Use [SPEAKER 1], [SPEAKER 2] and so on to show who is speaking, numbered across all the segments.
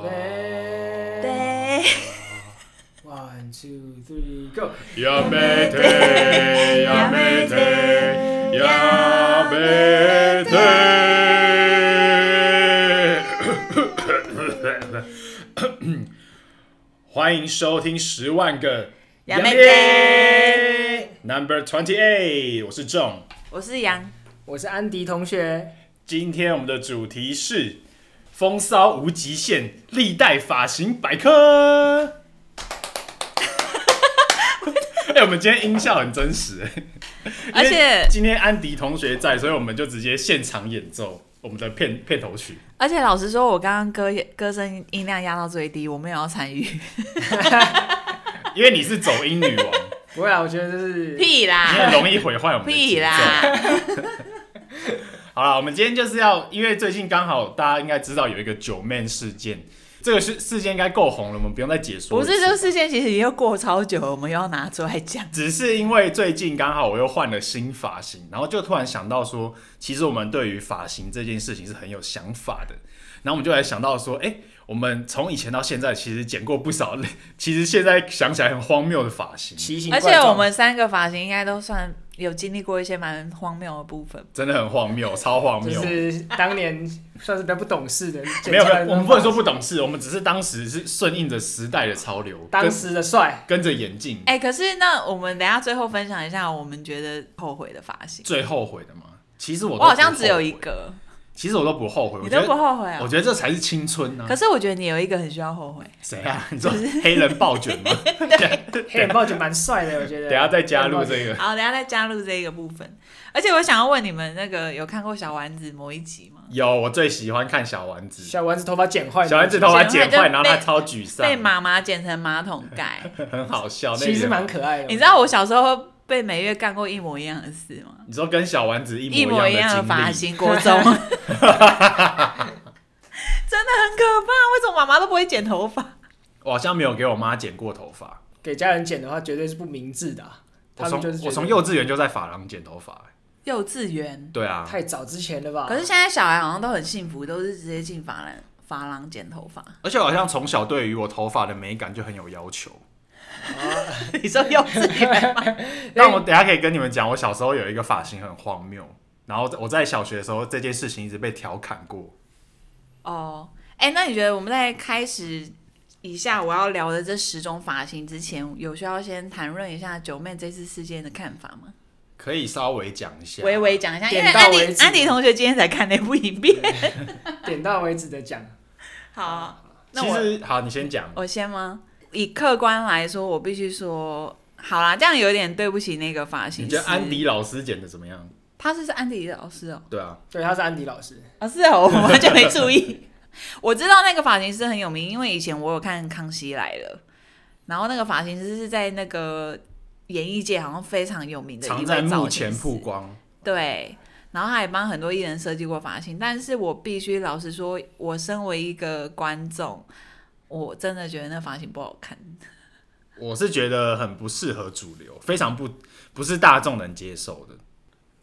[SPEAKER 1] 呀
[SPEAKER 2] 对，
[SPEAKER 3] One, two, three, go！
[SPEAKER 1] 呀美忒呀美忒呀美忒， 欢迎收听十万个
[SPEAKER 2] 杨妹妹，
[SPEAKER 1] Number Twenty Eight，我是仲。
[SPEAKER 2] 我是杨，
[SPEAKER 3] 我是安迪同学。
[SPEAKER 1] 今天我们的主题是风骚无极限，历代发型百科。 哎、我们今天音效很真实、哎
[SPEAKER 2] 而
[SPEAKER 1] 因为
[SPEAKER 2] 且
[SPEAKER 1] 今天安迪同学在，所以我们就直接现场演奏我们的片片头曲。
[SPEAKER 2] 而且老实说，我刚刚歌歌声音量压到最低，我没有要参与，
[SPEAKER 1] 因为你是走音女王，
[SPEAKER 3] 不会啊，我觉得就是
[SPEAKER 2] 屁
[SPEAKER 1] 你很
[SPEAKER 2] 啦，
[SPEAKER 1] 容易毁坏我们的
[SPEAKER 2] 屁
[SPEAKER 1] 节奏。
[SPEAKER 2] 啦，
[SPEAKER 1] 好了，我们今天就是要，因为最近刚好大家应该知道有一个九妹事件，这个事事件应该够红了，我们不用再解说
[SPEAKER 2] 不
[SPEAKER 1] 了。
[SPEAKER 2] 是这个事件其实已经过超久了，我们又要拿出来讲。
[SPEAKER 1] 只是因为最近刚好我又换了新发型，然后就突然想到说，其实我们对于发型这件事情是很有想法的。然后我们就来想到说，哎、我们从以前到现在其实剪过不少类，其实现在想起来很荒谬的发 型，
[SPEAKER 3] 奇形
[SPEAKER 2] 而
[SPEAKER 3] 怪
[SPEAKER 2] 且
[SPEAKER 3] 状。
[SPEAKER 2] 我们三个发型应该都算有经历过一些蛮荒谬的部分。
[SPEAKER 1] 真的很荒谬，超荒
[SPEAKER 3] 就
[SPEAKER 1] 谬。
[SPEAKER 3] 是当年算是比较不懂事的，啊
[SPEAKER 1] 没有，没
[SPEAKER 3] 剪出来
[SPEAKER 1] 有
[SPEAKER 3] 的
[SPEAKER 1] 我们不能说不懂事，我们只是当时是顺应着时代的潮流，
[SPEAKER 3] 当
[SPEAKER 1] 跟
[SPEAKER 3] 时的帅。
[SPEAKER 1] 跟着眼镜。
[SPEAKER 2] 哎、可是那我们等一下最后分享一下我们觉得后悔的发型。
[SPEAKER 1] 最后悔的吗？其实我
[SPEAKER 2] 我
[SPEAKER 1] 都
[SPEAKER 2] 好像
[SPEAKER 1] 不
[SPEAKER 2] 只有一
[SPEAKER 1] 后悔，
[SPEAKER 2] 个，
[SPEAKER 1] 其实我都不后悔。我
[SPEAKER 2] 你
[SPEAKER 1] 觉
[SPEAKER 2] 都
[SPEAKER 1] 得
[SPEAKER 2] 不后悔啊
[SPEAKER 1] 我？觉得这才是青春啊呢、
[SPEAKER 2] 可是我觉得你有一个很需要后悔。
[SPEAKER 1] 谁啊？你说黑人暴卷吗？
[SPEAKER 3] 黑人豹就蛮帅的，我觉得。
[SPEAKER 1] 等一下再加入这个。
[SPEAKER 2] 好，等一下再加入这一个部分。而且我想要问你们，那个有看过小丸子某一集吗？
[SPEAKER 1] 有，我最喜欢看小丸子，
[SPEAKER 3] 小丸子头发剪坏，
[SPEAKER 1] 小丸子头发剪
[SPEAKER 2] 剪
[SPEAKER 1] 坏，
[SPEAKER 2] 坏
[SPEAKER 1] 然后他
[SPEAKER 2] 被
[SPEAKER 1] 超沮丧
[SPEAKER 2] 被，妈妈剪成马桶 盖。
[SPEAKER 1] 很好笑。那
[SPEAKER 3] 其实
[SPEAKER 1] 个
[SPEAKER 3] 蛮可爱的。
[SPEAKER 2] 你知道我小时候被美月干过一模一样的事吗？
[SPEAKER 1] 你说跟小丸子一
[SPEAKER 2] 一模一
[SPEAKER 1] 一
[SPEAKER 2] 样
[SPEAKER 1] 的
[SPEAKER 2] 的
[SPEAKER 1] 经
[SPEAKER 2] 发
[SPEAKER 1] 历
[SPEAKER 2] 型，国中， 真的很可怕。为什么妈妈都不会剪头发？
[SPEAKER 1] 我好像没有给我妈剪过头发。
[SPEAKER 3] 给家人剪的话，绝对是不明智的啊。
[SPEAKER 1] 我
[SPEAKER 3] 他
[SPEAKER 1] 从
[SPEAKER 3] 们就是觉得
[SPEAKER 1] 我从幼稚园就在发廊剪头发、
[SPEAKER 2] 幼稚园。
[SPEAKER 1] 对啊，
[SPEAKER 3] 太早之前了吧？
[SPEAKER 2] 可是现在小孩好像都很幸福，都是直接进发廊发廊剪头发。
[SPEAKER 1] 而且我好像从小对于我头发的美感就很有要求。
[SPEAKER 2] 你说幼稚园吗？
[SPEAKER 1] 但我等一下可以跟你们讲，我小时候有一个发型很荒谬，然后我在小学的时候这件事情一直被调侃过。
[SPEAKER 2] 哦，哎、那你觉得我们在开始以下我要聊的这十种发型之前，有需要先谈论一下九妹这次事件的看法吗？
[SPEAKER 1] 可以稍微讲一下，
[SPEAKER 2] 微微讲一下，因为
[SPEAKER 3] 点到
[SPEAKER 2] 安
[SPEAKER 3] 为
[SPEAKER 2] 迪
[SPEAKER 3] 止
[SPEAKER 2] 安迪同学今天才看那部影片。
[SPEAKER 3] 点到为止的讲，
[SPEAKER 2] 好，啊那
[SPEAKER 1] 其
[SPEAKER 2] 我
[SPEAKER 1] 实好，你先讲。
[SPEAKER 2] 我先吗？以客观来说，我必须说，好啦，这样有点对不起那个发型
[SPEAKER 1] 你
[SPEAKER 2] 师。
[SPEAKER 1] 觉得安迪老师剪的怎么样？
[SPEAKER 2] 他是是安迪的老师哦、
[SPEAKER 1] 对啊，
[SPEAKER 3] 对，他是安迪老师。
[SPEAKER 2] 啊，是 哦，我完全没注意。我知道那个发型师很有名，因为以前我有看《康熙来了》，然后那个发型师是在那个演艺界好像非常有名的一
[SPEAKER 1] 藏
[SPEAKER 2] 位
[SPEAKER 1] 在
[SPEAKER 2] 造
[SPEAKER 1] 幕
[SPEAKER 2] 型
[SPEAKER 1] 前
[SPEAKER 2] 师
[SPEAKER 1] 曝光。
[SPEAKER 2] 对，然后他也帮很多艺人设计过发型，但是我必须老实说，我身为一个观众，我真的觉得那发型不好看。
[SPEAKER 1] 我是觉得很不适合主流，非常不不是大众能接受的。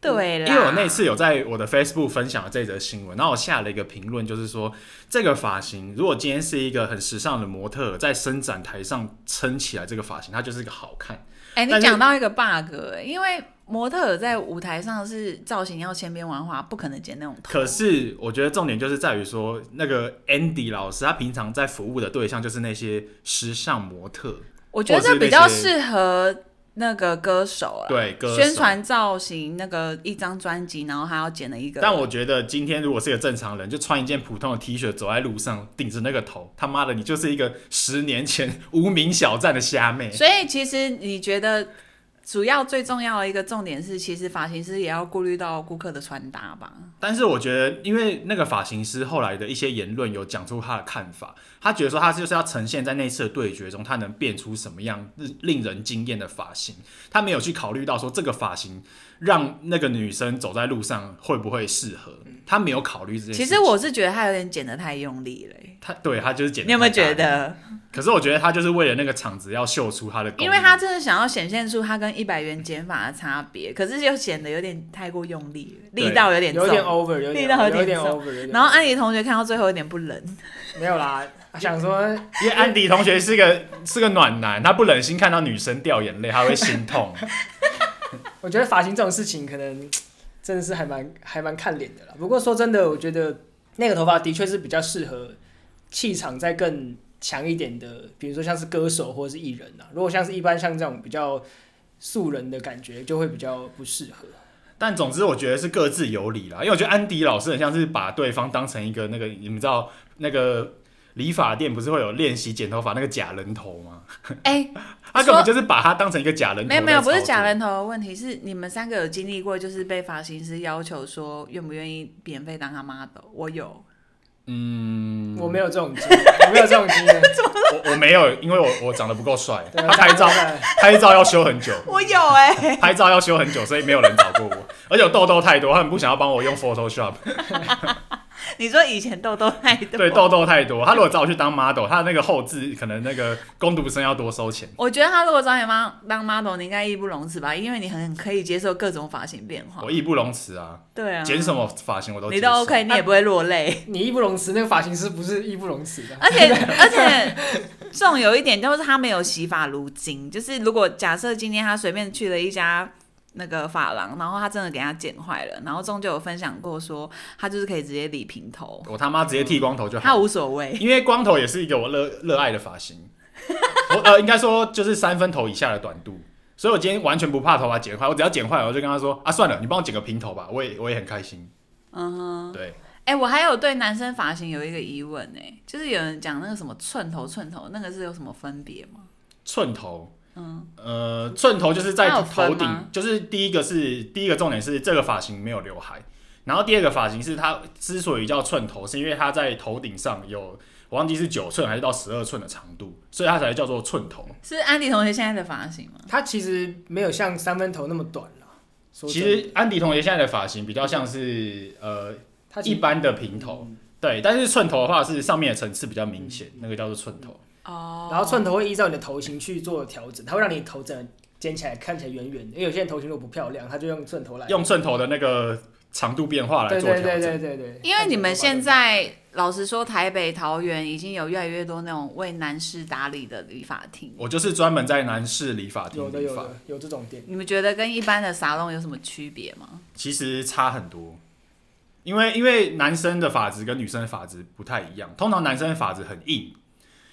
[SPEAKER 2] 对啦，啊
[SPEAKER 1] 因为我那次有在我的 Facebook 分享了这则新闻，然后我下了一个评论，就是说这个发型，如果今天是一个很时尚的模特在伸展台上撑起来这个发型，它就是一个好看。
[SPEAKER 2] 哎、你
[SPEAKER 1] 但是
[SPEAKER 2] 讲到一个 bug，、欸、因为模特儿在舞台上是造型要千变万化，不可能剪那种头。
[SPEAKER 1] 可是我觉得重点就是在于说，那个 Andy 老师他平常在服务的对象就是那些时尚模特，
[SPEAKER 2] 我觉得
[SPEAKER 1] 或
[SPEAKER 2] 这
[SPEAKER 1] 是那
[SPEAKER 2] 比较
[SPEAKER 1] 些
[SPEAKER 2] 适合那个歌手啦，啊
[SPEAKER 1] 对歌手
[SPEAKER 2] 宣传造型那个一张专辑，然后他要剪了一个，
[SPEAKER 1] 但我觉得今天如果是个正常人，就穿一件普通的 T 恤走在路上，顶着那个头，他妈的，你就是一个十年前无名小站的虾妹。
[SPEAKER 2] 所以其实你觉得主要最重要的一个重点是，其实发型师也要顾虑到顾客的穿搭吧。
[SPEAKER 1] 但是我觉得，因为那个发型师后来的一些言论有讲出他的看法，他觉得说他就是要呈现在那次的对决中，他能变出什么样令令人惊艳的发型，他没有去考虑到说这个发型让那个女生走在路上会不会适合，他没有考虑这件事
[SPEAKER 2] 其
[SPEAKER 1] 情。
[SPEAKER 2] 实我是觉得他有点剪得太用力了、欸
[SPEAKER 1] 他对他就是简，
[SPEAKER 2] 你有没有觉？得？
[SPEAKER 1] 可是我觉得他就是为了那个场子要秀出他的功力，
[SPEAKER 2] 因为他真的想要显现出他跟一百元减法的差别，可是又显得有点太过用力了，力道有点重
[SPEAKER 3] 有。点
[SPEAKER 1] 哦
[SPEAKER 3] over，有
[SPEAKER 2] 力
[SPEAKER 3] 点
[SPEAKER 2] 道有点
[SPEAKER 3] 有点
[SPEAKER 2] 重
[SPEAKER 3] over，有点
[SPEAKER 2] 然后
[SPEAKER 3] over
[SPEAKER 2] 安妮同学看到最后有点不 忍，
[SPEAKER 3] 没有啦，想说
[SPEAKER 1] 因为安迪同学是个 是个暖男，他不忍心看到女生掉眼泪，他会心 痛。
[SPEAKER 3] 我觉得发型这种事情，可能真的是还蛮还蛮看脸的啦。不过说真的，我觉得那个头发的确是比较适合气场再更强一点的，比如说像是歌手或者是艺人啊。如果像是一般像这种比较素人的感觉，就会比较不适合。
[SPEAKER 1] 但总之，我觉得是各自有理啦，因为我觉得安迪老师很像是把对方当成一个那个，你们知道那个理发店不是会有练习剪头发那个假人头吗？
[SPEAKER 2] 哎、
[SPEAKER 1] 他根本就是把他当成一个假人头，
[SPEAKER 2] 没有没有，不是假。人头的问题，是你们三个有经历过，就是被发型师要求说愿不愿意免费当他 model，我有，
[SPEAKER 1] 嗯，
[SPEAKER 3] 我没有这种经验，我没有这种 经验。
[SPEAKER 1] 我我没有，因为我我长得不够 帅，
[SPEAKER 3] 对
[SPEAKER 1] 他拍照拍照要修很久，
[SPEAKER 2] 我有哎、
[SPEAKER 1] 拍照要修很久，所以没有人找过我，而且我痘痘太多，他们不想要帮我用 Photoshop，
[SPEAKER 2] 你说以前痘痘太多，
[SPEAKER 1] 对，痘痘太多。他如果找我去当 model，他那个后置可能那个工读生要多收钱。
[SPEAKER 2] 我觉得他如果找你当当 model，你应该义不容辞吧，因为你很可以接受各种发型变化
[SPEAKER 1] 我。义不容辞啊，
[SPEAKER 2] 对啊，
[SPEAKER 1] 剪什么发型我都
[SPEAKER 2] 你
[SPEAKER 1] 接
[SPEAKER 2] 都
[SPEAKER 1] 受
[SPEAKER 2] OK，你也不会落泪。
[SPEAKER 3] 你义不容辞，那个发型师不是义不容辞的。
[SPEAKER 2] 而且而且，这种有一点就是他没有洗发如金，就是如果假设今天他随便去了一家。那个发廊，然后他真的给他剪坏了，然后中就有分享过说，他就是可以直接理平头，
[SPEAKER 1] 我他妈直接剃光头就
[SPEAKER 2] 他
[SPEAKER 1] 好，
[SPEAKER 2] 无所谓。
[SPEAKER 1] 因为光头也是一个我热热爱的发 型。我呃，应该说就是三分头以下的短度，所以我今天完全不怕头发剪坏，我只要剪坏，我就跟他说啊，算了，你帮我剪个平头吧，我也我也很开心。
[SPEAKER 2] 嗯哼，
[SPEAKER 1] 对，
[SPEAKER 2] 哎、我还有对男生发型有一个疑问哎、就是有人讲那个什么寸头寸头，那个是有什么分别吗？
[SPEAKER 1] 寸头，
[SPEAKER 2] 嗯，
[SPEAKER 1] 呃，寸头就是在
[SPEAKER 2] 它有
[SPEAKER 1] 头
[SPEAKER 2] 分
[SPEAKER 1] 顶
[SPEAKER 2] 吗，
[SPEAKER 1] 就是第一个是第一个重点是这个发型没有刘海，然后第二个发型是它之所以叫寸头，是因为它在头顶上有我忘记是九寸还是到十二寸的长度，所以它才叫做寸头。
[SPEAKER 2] 是安迪同学现在的发型吗？
[SPEAKER 3] 他其实没有像三分头那么短了。说
[SPEAKER 1] 其
[SPEAKER 3] 真的
[SPEAKER 1] 实安迪同学现在的发型比较像是呃
[SPEAKER 3] 他其
[SPEAKER 1] 一
[SPEAKER 3] 实
[SPEAKER 1] 般的平头，
[SPEAKER 3] 嗯
[SPEAKER 1] 对，但是寸头的话是上面的层次比较明显，那个叫做寸
[SPEAKER 3] 嗯
[SPEAKER 1] 头。
[SPEAKER 2] 哦
[SPEAKER 3] 然后寸头会依照你的头型去做调整，它会让你头整尖起来，看起来圆圆的。因为有些人头型如果不漂亮，他就用寸头来。
[SPEAKER 1] 用寸头的那个长度变化来
[SPEAKER 3] 对
[SPEAKER 1] 做
[SPEAKER 3] 对
[SPEAKER 1] 调
[SPEAKER 3] 对
[SPEAKER 1] 整。
[SPEAKER 3] 对对对。
[SPEAKER 2] 因为你们现在老实说，台北、桃园已经有越来越多那种为男士打理的理发厅。
[SPEAKER 1] 我就是专门在男士理发厅
[SPEAKER 3] 有的
[SPEAKER 1] 理
[SPEAKER 3] 有
[SPEAKER 1] 发，
[SPEAKER 3] 的有这种店，
[SPEAKER 2] 你们觉得跟一般的沙龙有什么区别吗？
[SPEAKER 1] 其实差很多。因为因为男生的发质跟女生的发质不太一样，通常男生的发质很硬，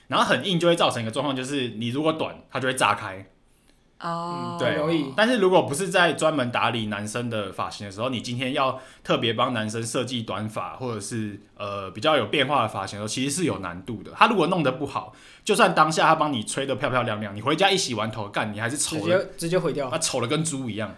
[SPEAKER 1] 然后很硬就会造成一个状况，就是你如果短，它就会炸开。
[SPEAKER 2] 哦、
[SPEAKER 1] 对，
[SPEAKER 3] 容易
[SPEAKER 1] 但是如果不是在专门打理男生的发型的时候，你今天要特别帮男生设计短发或者是呃比较有变化的发型的时候，其实是有难度的。他如果弄得不好，就算当下他帮你吹得漂漂亮亮，你回家一洗完头，干你还是
[SPEAKER 3] 直
[SPEAKER 1] 丑的，
[SPEAKER 3] 接直接毁掉。
[SPEAKER 1] 啊丑的跟猪一样。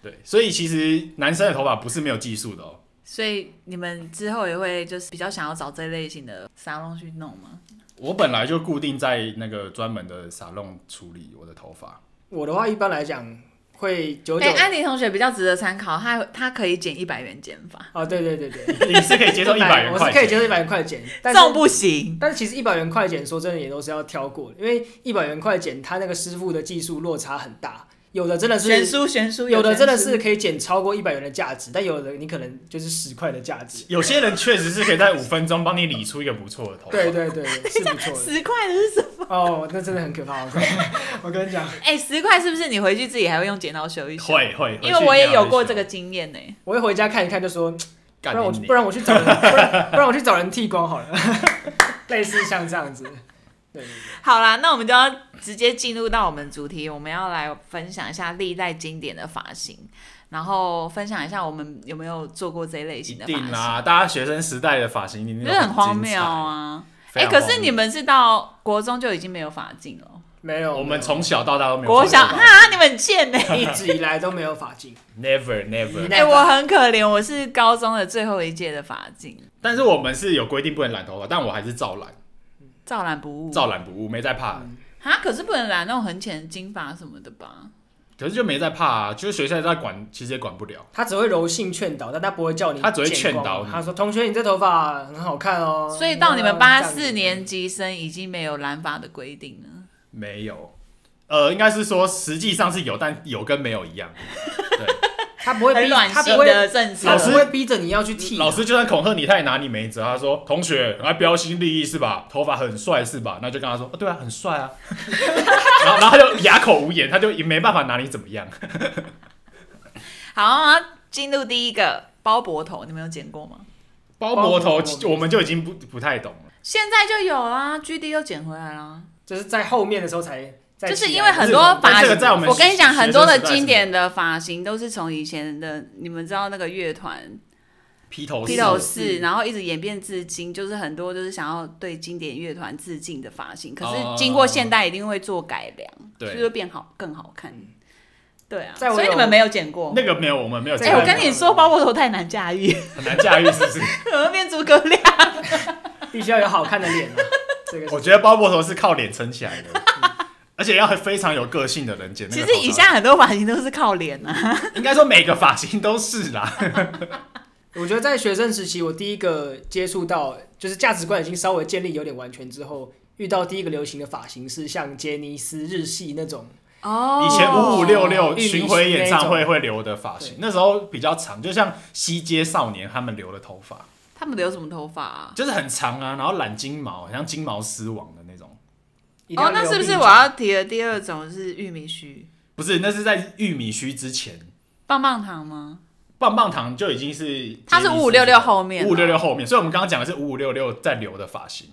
[SPEAKER 1] 对，所以其实男生的头发不是没有技术的哦。
[SPEAKER 2] 所以你们之后也会就是比较想要找这类型的沙龙去弄吗？
[SPEAKER 1] 我本来就固定在那个专门的沙龙处理我的头发，
[SPEAKER 3] 我的话一般来讲会久久
[SPEAKER 2] 哎、安迪同学比较值得参考，他他可以减一百元减法，
[SPEAKER 3] 啊，对对对对，
[SPEAKER 1] 你是可以接受一百元
[SPEAKER 3] 我
[SPEAKER 1] 块
[SPEAKER 3] 是可以
[SPEAKER 1] 钱。
[SPEAKER 3] 接受一百元块钱，但
[SPEAKER 2] 这
[SPEAKER 3] 是
[SPEAKER 2] 种不行。
[SPEAKER 3] 但是其实一百元快剪，说真的也都是要挑过的，因为一百元快剪，它那个师傅的技术落差很大，有的真的
[SPEAKER 2] 悬
[SPEAKER 3] 是，
[SPEAKER 2] 殊悬殊，
[SPEAKER 3] 有的真的
[SPEAKER 2] 悬殊
[SPEAKER 3] 是可以剪超过一百元的价值，但有的你可能就是十块的价值。
[SPEAKER 1] 有些人确实是可以在五分钟帮你理出一个不错的头发。
[SPEAKER 3] 对对对， 对是不错的。
[SPEAKER 2] 十块的是什么？
[SPEAKER 3] 哦，那真的很可怕。我跟 我跟你讲，
[SPEAKER 2] 哎、十块是不是你回去自己还会用剪刀修一修？
[SPEAKER 1] 会会，
[SPEAKER 2] 因为我也有过这个经验呢、
[SPEAKER 3] 我一回家看一看，就说不
[SPEAKER 1] 干
[SPEAKER 3] 然我
[SPEAKER 1] 你
[SPEAKER 3] 去不然我去 找人，不然不然我去找人剃光好了， 类似像这样子。对，对对
[SPEAKER 2] 好啦，那我们就要直接进入到我们主题，我们要来分享一下历代经典的发型，然后分享一下我们有没有做过这一类
[SPEAKER 1] 一
[SPEAKER 2] 型的发
[SPEAKER 1] 定
[SPEAKER 2] 型，
[SPEAKER 1] 啦，大家学生时代的发型一定
[SPEAKER 2] 就
[SPEAKER 1] 都
[SPEAKER 2] 是很荒
[SPEAKER 1] 精彩
[SPEAKER 2] 谬。啊！
[SPEAKER 1] 非
[SPEAKER 2] 哎、
[SPEAKER 1] 常
[SPEAKER 2] 可
[SPEAKER 1] 荒
[SPEAKER 2] 是
[SPEAKER 1] 谬
[SPEAKER 2] 你们是到国中就已经没有发镜了，
[SPEAKER 3] 没有，
[SPEAKER 1] 我们
[SPEAKER 3] 没有
[SPEAKER 1] 从小到大都没有
[SPEAKER 2] 国小
[SPEAKER 1] 发
[SPEAKER 2] 哈、
[SPEAKER 1] 过
[SPEAKER 2] 啊，你们很贱呢、
[SPEAKER 3] 一直以来都没有发镜，
[SPEAKER 1] never never，
[SPEAKER 2] 哎、我很可怜，我是高中的最后一届的发镜，
[SPEAKER 1] 但是我们是有规定不能染头发，但我还是照染，
[SPEAKER 2] 照染不误。
[SPEAKER 1] 照染不误，没在怕的。
[SPEAKER 2] 啊，可是不能染那种很浅的金发什么的吧？
[SPEAKER 1] 可是就没在怕啊，就是学校在管，其实也管不了。
[SPEAKER 3] 他只会柔性劝导，但他不会叫你
[SPEAKER 1] 他只会
[SPEAKER 3] 剪光
[SPEAKER 1] 劝导你
[SPEAKER 3] 他说：“同学，你这头发很好看哦。”
[SPEAKER 2] 所以到你们八四
[SPEAKER 3] 嗯，
[SPEAKER 2] 年级生已经没有染发的规定了。
[SPEAKER 1] 没有，呃，应该是说实际上是有，但有跟没有一样。
[SPEAKER 3] 他不会逼，
[SPEAKER 2] 很软
[SPEAKER 3] 他
[SPEAKER 2] 性
[SPEAKER 3] 不会，
[SPEAKER 2] 的政策
[SPEAKER 3] 他，
[SPEAKER 1] 老师
[SPEAKER 3] 不会逼着你要去剃。
[SPEAKER 1] 老师就算恐吓你，他也拿你没辙。他说：“同学，很爱标新立异是吧？头发很帅是吧？”那就跟他说：“哦、对啊，很帅 啊。”然后，然后他就哑口无言，他就也没办法拿你怎么样。
[SPEAKER 2] 好，然后进入第一个包脖头，你们有剪过吗？
[SPEAKER 1] 包膜头
[SPEAKER 3] 包膜，头
[SPEAKER 1] 我们就已经不不太懂了。
[SPEAKER 2] 现在就有啦，G D 又捡回来啦。
[SPEAKER 3] 就是在后面的时候才，啊再
[SPEAKER 2] 就是
[SPEAKER 3] 起
[SPEAKER 2] 因
[SPEAKER 3] 来
[SPEAKER 2] 为很多
[SPEAKER 1] 这
[SPEAKER 2] 发
[SPEAKER 1] 个这
[SPEAKER 2] 型，
[SPEAKER 1] 个在我们
[SPEAKER 2] 跟你讲，
[SPEAKER 1] 学生
[SPEAKER 2] 很多的
[SPEAKER 1] 时代是
[SPEAKER 2] 经典的发型都是从以前的，你们知道那个乐团
[SPEAKER 1] 披头
[SPEAKER 2] 披
[SPEAKER 1] 士
[SPEAKER 2] 头
[SPEAKER 3] 士
[SPEAKER 2] 士，然后一直演变至今，就是很多就是想要对经典乐团致敬的发型，可是经过现代一定会做改良，就是
[SPEAKER 1] 对
[SPEAKER 2] 会变好更好看。对啊，
[SPEAKER 3] 在我
[SPEAKER 2] 所以
[SPEAKER 3] 有
[SPEAKER 2] 你们没有剪过。
[SPEAKER 1] 那个没有，我们没有
[SPEAKER 3] 那
[SPEAKER 1] 驾
[SPEAKER 2] 哎、
[SPEAKER 1] 驭。
[SPEAKER 3] 在
[SPEAKER 2] 我跟你说，包包头太难驾驭，
[SPEAKER 1] 很难驾驭，是 不是？
[SPEAKER 2] 可能变诸葛亮。
[SPEAKER 3] 必须要有好看的脸啊。这个是
[SPEAKER 1] 我觉得包脖头是靠脸撑起来的，而且要非常有个性的人剪那
[SPEAKER 2] 其
[SPEAKER 1] 个头
[SPEAKER 2] 实
[SPEAKER 1] 发。
[SPEAKER 2] 以下很多发型都是靠脸啊，
[SPEAKER 1] 应该说每个发型都是啦。
[SPEAKER 3] 我觉得在学生时期，我第一个接触到就是价值观已经稍微建立有点完全之后，遇到第一个流行的发型是像杰尼斯日系那种，
[SPEAKER 2] 哦
[SPEAKER 1] 以前五五六六
[SPEAKER 3] 玉米须
[SPEAKER 1] 巡回演唱会会留的发型，那时候比较长，就像西街少年他们留的头发，
[SPEAKER 2] 他们留什么头发啊？
[SPEAKER 1] 就是很长啊，然后染金毛，很像金毛狮王的那种。
[SPEAKER 3] 一定
[SPEAKER 2] 哦
[SPEAKER 3] 要，
[SPEAKER 2] 那
[SPEAKER 3] 留
[SPEAKER 2] 是不
[SPEAKER 3] 鬓
[SPEAKER 2] 是
[SPEAKER 3] 角
[SPEAKER 2] 我要提的第二种是玉米须
[SPEAKER 1] 不是，那是在玉米须之前，
[SPEAKER 2] 棒棒糖吗？
[SPEAKER 1] 棒棒糖就已经是
[SPEAKER 2] 它是5566后面啊
[SPEAKER 1] 五五六六后面，所以我们刚刚讲的是五五六六在留的发型，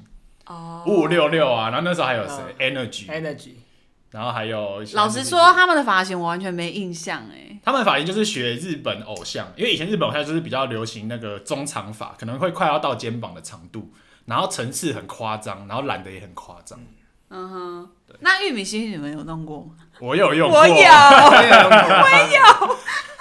[SPEAKER 2] 哦哎
[SPEAKER 1] 五五六六啊，然后那时候还有谁
[SPEAKER 3] 嗯
[SPEAKER 1] ？Energy，
[SPEAKER 3] energy？
[SPEAKER 1] 然后还有
[SPEAKER 2] 老实说，他们的发型我完全没印象哎。
[SPEAKER 1] 他们发型就是学日本偶像，因为以前日本偶像就是比较流行那个中长发，可能会快要到肩膀的长度，然后层次很夸张，然后染的也很夸张。
[SPEAKER 2] 嗯哼，那玉米须你们有弄过吗？
[SPEAKER 1] 我有用过，
[SPEAKER 2] 我有，
[SPEAKER 3] 对啊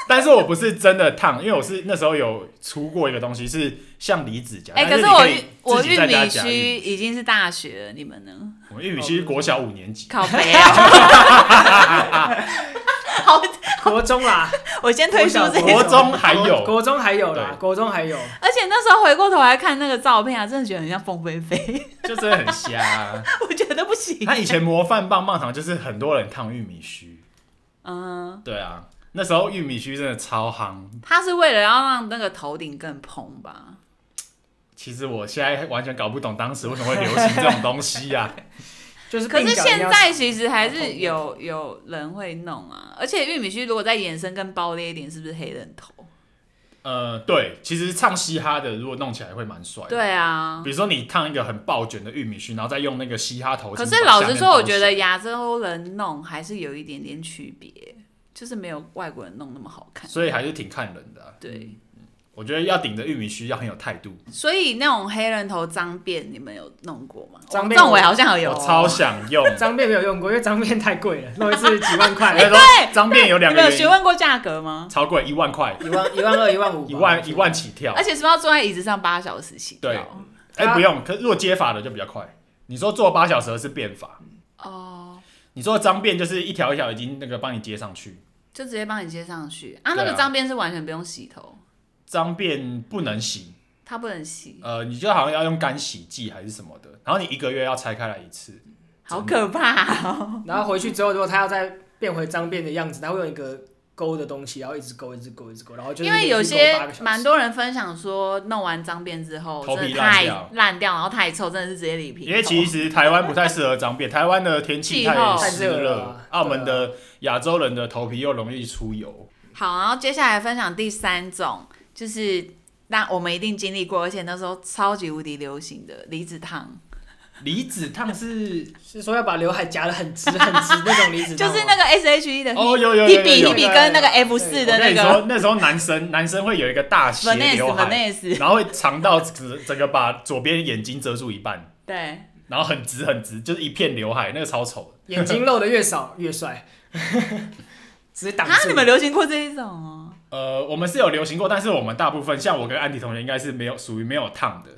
[SPEAKER 1] 但是我不是真的烫，因为我是那时候有出过一个东西是像离子夹，
[SPEAKER 2] 哎，
[SPEAKER 1] 但
[SPEAKER 2] 可
[SPEAKER 1] 是
[SPEAKER 2] 是我
[SPEAKER 1] 你
[SPEAKER 2] 玉我
[SPEAKER 1] 以自己
[SPEAKER 2] 玉
[SPEAKER 1] 在家
[SPEAKER 2] 米
[SPEAKER 1] 夹
[SPEAKER 2] 须已经是大学了，你们呢？
[SPEAKER 1] 我玉米须国小五年级，
[SPEAKER 2] 靠背啊！好，
[SPEAKER 3] 国中 啦，
[SPEAKER 2] 我先退出这
[SPEAKER 3] 我
[SPEAKER 2] 个。
[SPEAKER 1] 国中还
[SPEAKER 3] 国
[SPEAKER 1] 有，
[SPEAKER 3] 国中还有啦
[SPEAKER 1] 对，
[SPEAKER 3] 国中还有。
[SPEAKER 2] 而且那时候回过头来看那个照片啊，真的觉得很像凤飞飞，
[SPEAKER 1] 就真的很瞎啊、
[SPEAKER 2] 我觉得不行。
[SPEAKER 1] 他以前模范棒棒糖就是很多人烫玉米须，
[SPEAKER 2] 嗯，
[SPEAKER 1] 对啊，那时候玉米须真的超夯，
[SPEAKER 2] 他是为了要让那个头顶更蓬吧？
[SPEAKER 1] 其实我现在完全搞不懂当时为什么会流行这种东西啊 呀、
[SPEAKER 3] 就是
[SPEAKER 2] 可
[SPEAKER 3] 鬓
[SPEAKER 2] 是
[SPEAKER 3] 角
[SPEAKER 2] 现
[SPEAKER 3] 一定要
[SPEAKER 2] 在其实还是有有人会弄啊，而且玉米须如果再延伸更爆裂一点，是不是黑人头？
[SPEAKER 1] 哎呃，对，其实唱嘻哈的如果弄起来会蛮帅的。，
[SPEAKER 2] 对啊。
[SPEAKER 1] 比如说你烫一个很爆卷的玉米须，然后再用那个嘻哈头巾把
[SPEAKER 2] 可
[SPEAKER 1] 下面包起
[SPEAKER 2] 是
[SPEAKER 1] 来。
[SPEAKER 2] 老实说，我觉得亚洲人弄还是有一点点区别，就是没有外国人弄那么好看。
[SPEAKER 1] 所以还是挺看人的啊、
[SPEAKER 2] 对，
[SPEAKER 1] 我觉得要顶着玉米须要很有态度，
[SPEAKER 2] 所以那种黑人头脏辫，你们有弄过吗？
[SPEAKER 3] 脏辫
[SPEAKER 2] 这种我好像有哦
[SPEAKER 1] 我超想 用。
[SPEAKER 3] 脏辫没有用过，因为脏辫太贵了，弄一次几万块，
[SPEAKER 1] 那时候脏辫有两
[SPEAKER 2] 你
[SPEAKER 1] 个
[SPEAKER 2] 哎
[SPEAKER 1] 原
[SPEAKER 2] 们有
[SPEAKER 1] 因
[SPEAKER 2] 询，问过价格吗？
[SPEAKER 1] 超贵，一万块，
[SPEAKER 3] 一万一万二一万五，
[SPEAKER 1] 一万一。万起跳
[SPEAKER 2] 而。且是不是要坐在椅子上八小时洗
[SPEAKER 1] 对
[SPEAKER 2] 掉？
[SPEAKER 1] 哎、
[SPEAKER 3] 啊
[SPEAKER 1] 不用，可是如果接法的就比较快。你说做八小时的是变法，
[SPEAKER 2] 哦，
[SPEAKER 1] 你说脏辫就是一条一条已经那个帮你接上去，
[SPEAKER 2] 就直接帮你接上去啊。那
[SPEAKER 1] 对
[SPEAKER 2] 个
[SPEAKER 1] 啊
[SPEAKER 2] 脏辫是完全不用洗头，
[SPEAKER 1] 脏辫不能洗。
[SPEAKER 2] 它不能洗。
[SPEAKER 1] 呃，你就好像要用干洗剂还是什么的，然后你一个月要拆开来一次，
[SPEAKER 2] 好可怕 哦！
[SPEAKER 3] 然后回去之后，如果他要再变回脏辫的样子，他会用一个勾的东西，然后一直勾，一直勾，一直勾，然后就是
[SPEAKER 2] 因为有
[SPEAKER 3] 连续勾八
[SPEAKER 2] 些
[SPEAKER 3] 个小时
[SPEAKER 2] 蛮多人分享说，弄完脏辫之后
[SPEAKER 1] 头
[SPEAKER 2] 真
[SPEAKER 1] 皮
[SPEAKER 2] 的
[SPEAKER 1] 烂
[SPEAKER 2] 太
[SPEAKER 1] 掉
[SPEAKER 2] 烂掉，然后太臭，真的是直接理皮。
[SPEAKER 1] 因为其实台湾不太适合脏辫， 台湾的天气
[SPEAKER 2] 气候
[SPEAKER 1] 太湿
[SPEAKER 3] 太热了啊
[SPEAKER 1] 澳门的亚洲人的头皮又容易出油，
[SPEAKER 2] 好，然后接下来分享第三种，就是那我们一定经历过，而且那时候超级无敌流行的离子烫，
[SPEAKER 1] 离子烫是
[SPEAKER 3] 是说要把刘海夹得很直很直那种离 子烫
[SPEAKER 2] 就
[SPEAKER 3] 吗，
[SPEAKER 2] 是那个 S H E 的
[SPEAKER 1] 哦有有有
[SPEAKER 2] 一比
[SPEAKER 1] 有
[SPEAKER 2] 一
[SPEAKER 1] 有
[SPEAKER 2] 比跟那个 F 四
[SPEAKER 1] 我
[SPEAKER 2] 的
[SPEAKER 1] 跟
[SPEAKER 2] 那
[SPEAKER 1] 你
[SPEAKER 2] 个
[SPEAKER 1] 说，那时候男生 男生会有一个大斜
[SPEAKER 2] Vanessa
[SPEAKER 1] 刘海，
[SPEAKER 2] Vanessa，
[SPEAKER 1] 然后会长到整整个把左边眼睛遮住一半，
[SPEAKER 2] 对，
[SPEAKER 1] 然后很直很直，就是一片刘海，那个超丑的。
[SPEAKER 3] 眼睛露的 越少越帅，直接挡
[SPEAKER 2] 啊，
[SPEAKER 3] 住。
[SPEAKER 2] 你们流行过这一种哦？
[SPEAKER 1] 呃，我们是有流行过，但是我们大部分像我跟安迪同学应该是没有属于没有烫的，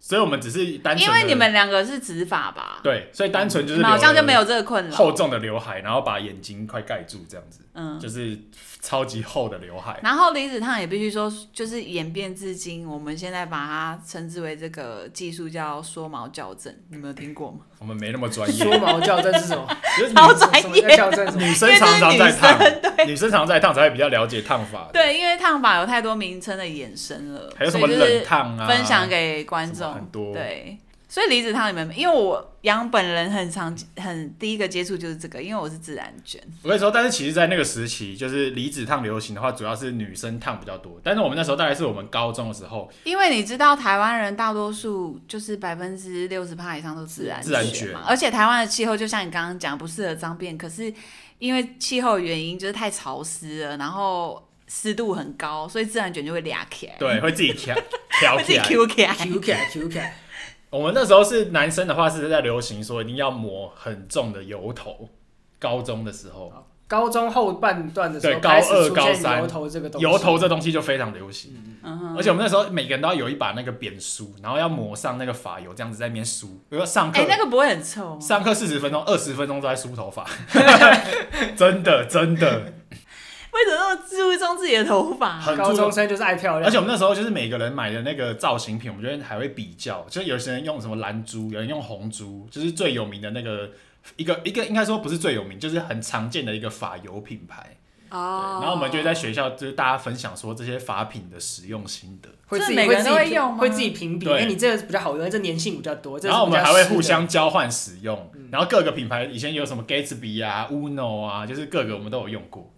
[SPEAKER 1] 所以我们只是单纯
[SPEAKER 2] 因
[SPEAKER 1] 地
[SPEAKER 2] 为你们两个是直发吧？
[SPEAKER 1] 对，所以单纯就
[SPEAKER 2] 你
[SPEAKER 1] 是
[SPEAKER 2] 们好像就没
[SPEAKER 1] 有
[SPEAKER 2] 有这个困扰。
[SPEAKER 1] 厚重的刘海，然后把眼睛快盖住这样子，
[SPEAKER 2] 嗯，
[SPEAKER 1] 就是超级厚的刘 海。
[SPEAKER 2] 然后离子烫也必须说，就是演变至今，我们现在把它称之为这个技术叫缩毛矫正，你们有听过吗？
[SPEAKER 1] 我们没那么专业，
[SPEAKER 3] 梳毛校正是什么？
[SPEAKER 1] 就是
[SPEAKER 2] 超
[SPEAKER 1] 女
[SPEAKER 2] 专业
[SPEAKER 3] 什么叫校正？什么？
[SPEAKER 1] 女生常常在
[SPEAKER 2] 因为
[SPEAKER 1] 烫，女生常常在烫才会比较了解烫法，
[SPEAKER 2] 对，因为烫发有太多名称的衍生了，
[SPEAKER 1] 还有什
[SPEAKER 2] 所以
[SPEAKER 1] 么
[SPEAKER 2] 就是
[SPEAKER 1] 冷烫啊，
[SPEAKER 2] 分享给观
[SPEAKER 1] 什么
[SPEAKER 2] 众，
[SPEAKER 1] 很多
[SPEAKER 2] 对，所以离子烫你们，因为我杨本人很常很第一个接触就是这个，因为我是自然卷，
[SPEAKER 1] 我跟你说，但是其实，在那个时期，就是离子烫流行的话，主要是女生烫比较多。但是我们那时候大概是我们高中的时候，
[SPEAKER 2] 因为你知道台湾人大多数就是百分之六十趴以上都自然
[SPEAKER 1] 自然
[SPEAKER 2] 卷
[SPEAKER 1] 卷
[SPEAKER 2] 嘛，而且台湾的气候就像你刚刚讲不适合脏辫，可是因为气候原因就是太潮湿了，然后湿度很高，所以自然卷就会俩起来，
[SPEAKER 1] 对，会自己 调调
[SPEAKER 2] 会
[SPEAKER 1] 起
[SPEAKER 2] 自己
[SPEAKER 1] 来。
[SPEAKER 2] Q 起 来，
[SPEAKER 3] Q 起来，Q 起来，
[SPEAKER 1] 我们那时候是男生的话，是在流行说一定要抹很重的油头。高中的时候，
[SPEAKER 3] 高中后半段的时候
[SPEAKER 1] 对高
[SPEAKER 3] 开始
[SPEAKER 1] 二
[SPEAKER 3] 出
[SPEAKER 1] 高
[SPEAKER 3] 现
[SPEAKER 1] 三
[SPEAKER 3] 油头这个东西，
[SPEAKER 1] 油头这东西就非常流行。
[SPEAKER 2] 嗯哼，
[SPEAKER 1] 而且我们那时候每个人都要有一把那个扁梳，然后要抹上那个发油，这样子在那边梳。比如说上课，
[SPEAKER 2] 哎、那个不会很 臭吗？
[SPEAKER 1] 上课四十分钟、二十分钟都在梳头 发，真的真的。
[SPEAKER 2] 为什么那么注重自己的头 发、
[SPEAKER 1] 很
[SPEAKER 3] 高中生就是爱漂亮，
[SPEAKER 1] 而且我们那时候就是每个人买的那个造型品，我们觉得还会比较，就是有些人用什么蓝珠，有人用红珠，就是最有名的那个一个一个应该说不是最有名，就是很常见的一个发油品牌。对
[SPEAKER 2] 哦，
[SPEAKER 1] 然后我们就在学校就是大家分享说这些发品的使用心得，
[SPEAKER 3] 会自己
[SPEAKER 2] 这每个
[SPEAKER 3] 会
[SPEAKER 2] 人
[SPEAKER 3] 自
[SPEAKER 2] 都会
[SPEAKER 3] 己
[SPEAKER 2] 用吗
[SPEAKER 3] 会自己评比，
[SPEAKER 1] 对
[SPEAKER 3] 哎，你这个比较好用，这粘性比较多，哦这是
[SPEAKER 1] 然后我
[SPEAKER 3] 比
[SPEAKER 1] 们
[SPEAKER 3] 较
[SPEAKER 1] 还会
[SPEAKER 3] 湿的嗯
[SPEAKER 1] 互相交换使用。然后各个品牌以前有什么 Gatsby 啊、Uno 啊，就是各个我们都有用过。